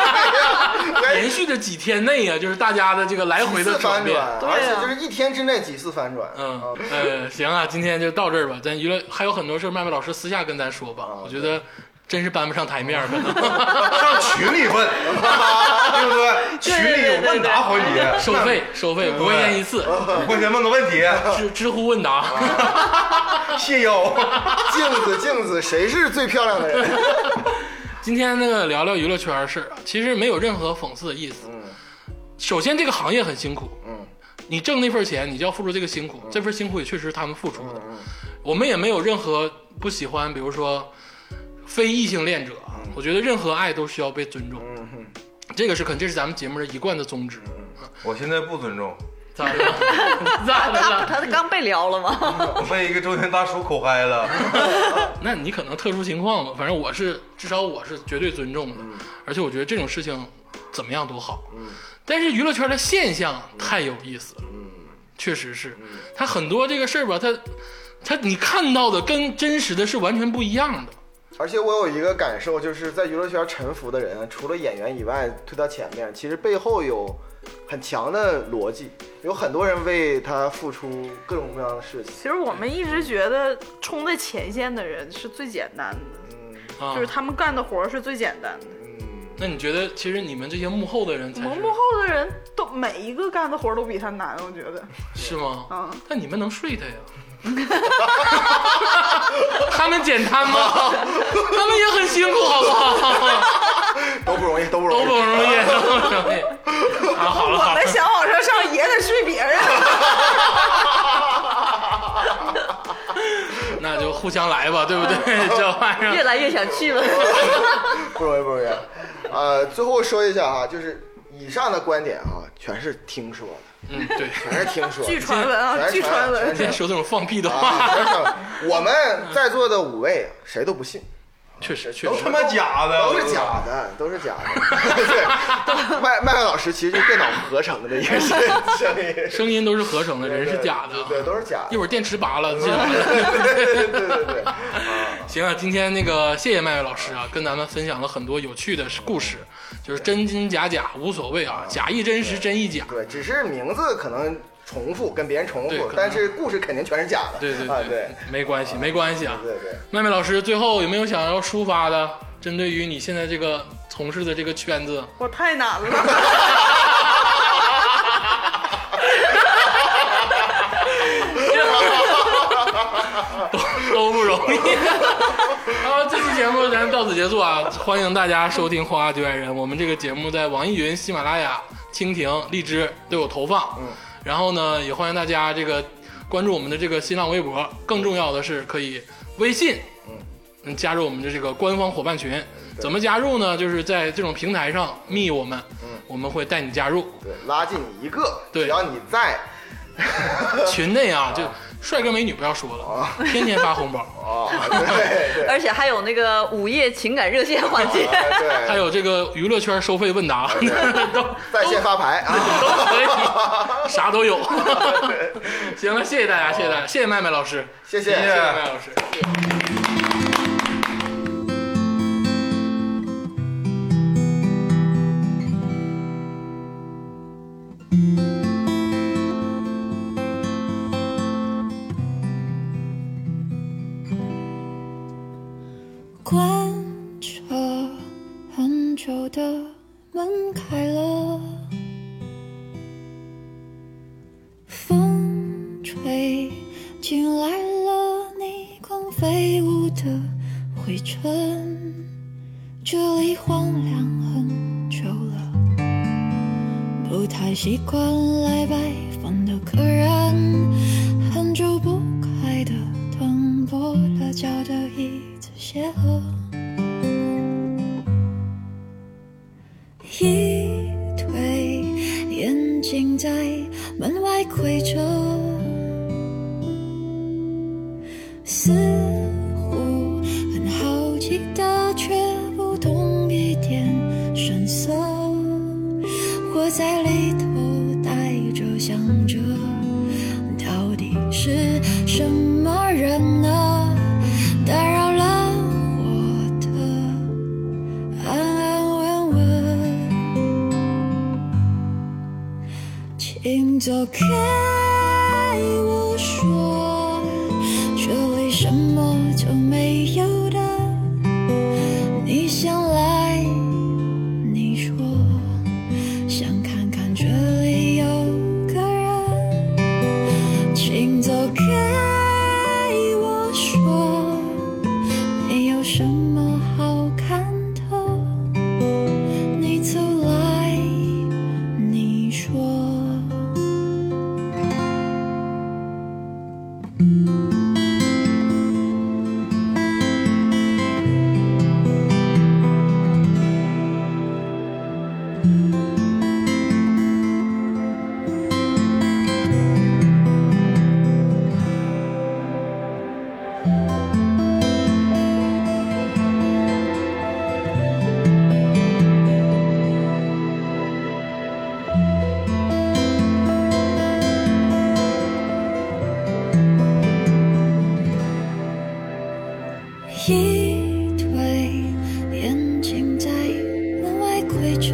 D: 哎
B: 连续的几天内啊，就是大家的这个来回
D: 几
B: 的
D: 次
B: 转
D: 翻
B: 变。
D: 转，
F: 对
D: 而
F: 啊
D: 且就是一天之内几次翻转。
B: 嗯
D: 啊，
B: 呃，行啊，今天就到这儿吧。咱娱乐还有很多事儿，麦麦老师私下跟咱说吧。
D: 啊
B: 我觉得真是搬不上台面儿，可能
E: 上群里问， 对不对？群里有问答环节，
B: 收费收费
E: 对啊
B: 五块钱一次，
E: 五块钱问个问题，
B: 知知乎问答，
E: 谢邀。
D: 啊镜子镜子，谁是最漂亮的人？
B: 今天那个聊聊娱乐圈的事儿啊，其实没有任何讽刺的意思。
D: 嗯
B: 首先，这个行业很辛苦，
D: 嗯
B: 你挣那份钱，你就要付出这个辛苦，这份辛苦也确实是他们付出的。
D: 嗯
B: 我们也没有任何不喜欢，比如说非异性恋者，我觉得任何爱都需要被尊重，
D: 嗯嗯，
B: 这个是肯，这是咱们节目的一贯的宗旨。
E: 我现在不尊重，
B: 咋的？ 咋的
C: 他
B: 了？
C: 他刚被撩了吗？
E: 我被一个中年大叔口嗨了。
B: 那你可能特殊情况吧，反正我是，至少我是绝对尊重的，而且我觉得这种事情怎么样都好。但是娱乐圈的现象太有意思了，确实是，它很多这个事儿吧，它它你看到的跟真实的是完全不一样的。
D: 而且我有一个感受，就是在娱乐圈沉浮的人，除了演员以外，推到前面，其实背后有很强的逻辑，有很多人为他付出各种各样的事情。
F: 其实我们一直觉得冲在前线的人是最简单的，
B: 啊
F: 就是他们干的活儿是最简单的。
B: 那你觉得，其实你们这些幕后的人才
F: 我
B: 是
F: 们幕后的人都每一个干的活儿都比他难，我觉得。
B: 是吗？
F: 嗯
B: 但你们能睡他 呀？他们简单吗？他们也很辛苦，好不好？
D: 都不容易，都不容
B: 都
D: 易。
B: 不容易，都不容易。啊，好了
F: 我
B: 好了
F: 们，想往上上也得睡别 人。
B: 那就互相来吧，对不 对？这玩意
C: 越
B: 儿，
C: 来越想去了。
D: 不容易，不容易。呃，最后说一下啊，就是以上的观点啊，全是听说的，
B: 嗯， 对。
D: 全是听说的，
F: 据传闻啊，
D: 全
F: 据
D: 是
F: 传
D: 全
F: 闻
D: 是。
B: 今天说这种放屁的
D: 啊
B: 话，
D: 全是传闻 我们在座的五位啊谁都不信，
B: 确实确实
E: 他妈假的，
D: 都是假的，都是假 的。对，麦麦麦老师其实就是电脑合成的一 个声音，
B: 声音都是合成的，人是假的啊。
D: 对，都是假
B: 一
D: 的。嗯
B: 会儿电池拔了，进来。
D: 对对对对，
B: 行啊，今天那个谢谢麦麦老师啊，跟咱们分享了很多有趣的故事，就是真真假假无所谓啊，假亦真实，真亦假。
D: 对，只是名字可能重复，跟别人重
B: 对可
D: 复
B: 能，
D: 但是故事肯定全是假的。
B: 对对
D: 啊，
B: 对，
D: 对
B: 没关系，没关系啊。
D: 对对。
B: 麦麦老师，最后有没有想要抒发的？针对于你现在这个从事的这个圈子，
F: 我太难了，
B: 都都不容易。 好，这期节目咱到此结束啊！欢迎大家收听《花花局外人》，我们这个节目在网易云、喜马拉雅、蜻蜓、荔枝都有投放。嗯，然后呢，也欢迎大家这个关注我们的这个新浪微博，更重要的是可以微信，嗯，加入我们的这个官方伙伴群。怎么加入呢？就是在这种平台上密我们，我们会带你加入。
D: 对，拉进一个，
B: 对
D: 只要你 在，
B: 群内啊，就帅哥美女不要说了，天天发红包，
D: 哦，对
B: 哎
D: 对，
C: 而且还有那个午夜情感热线环节。
D: 哎
B: 还
D: 对，
B: 有这个娱乐圈收费问答， 都
D: 在线发牌啊，
B: 都可以，啥都有。 行了，谢谢大家，谢谢大家，谢谢麦麦老师，
D: 谢
E: 哎
B: 谢谢
D: 谢。
B: 麦麦老师。
G: 关着很久的门开了，风吹进来了你光飞舞的灰尘，这里荒凉很久了，不太习惯来拜访的客人。很久不开的灯，跛了脚的椅子鞋盒，一推眼睛在门外窥着，似乎很好奇的，却不懂一点神色，活在里头，呆着想着。到底是什么人呢？打扰了我的安安稳稳，请走开，我说，这里什么都没有的。一推，眼睛在门外窥着，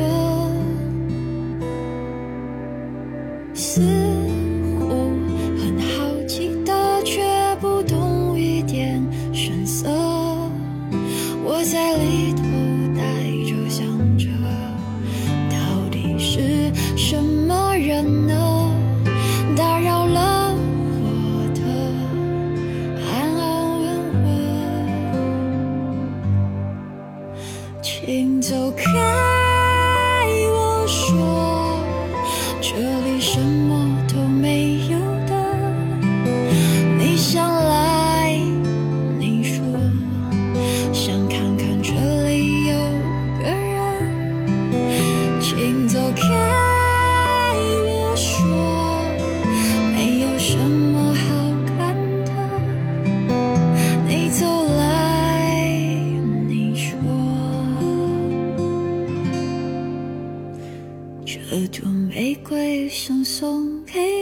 G: 似乎很好奇的，却不懂一点神色。我在里头呆着想着，到底是什么人呢？打扰了我的。安安稳稳，请走开。我说，这里什么都没有的。你想来，你说，想看看这里有个人，请走开。我说，没有什么好看的。你走来，你说，这朵玫瑰想送给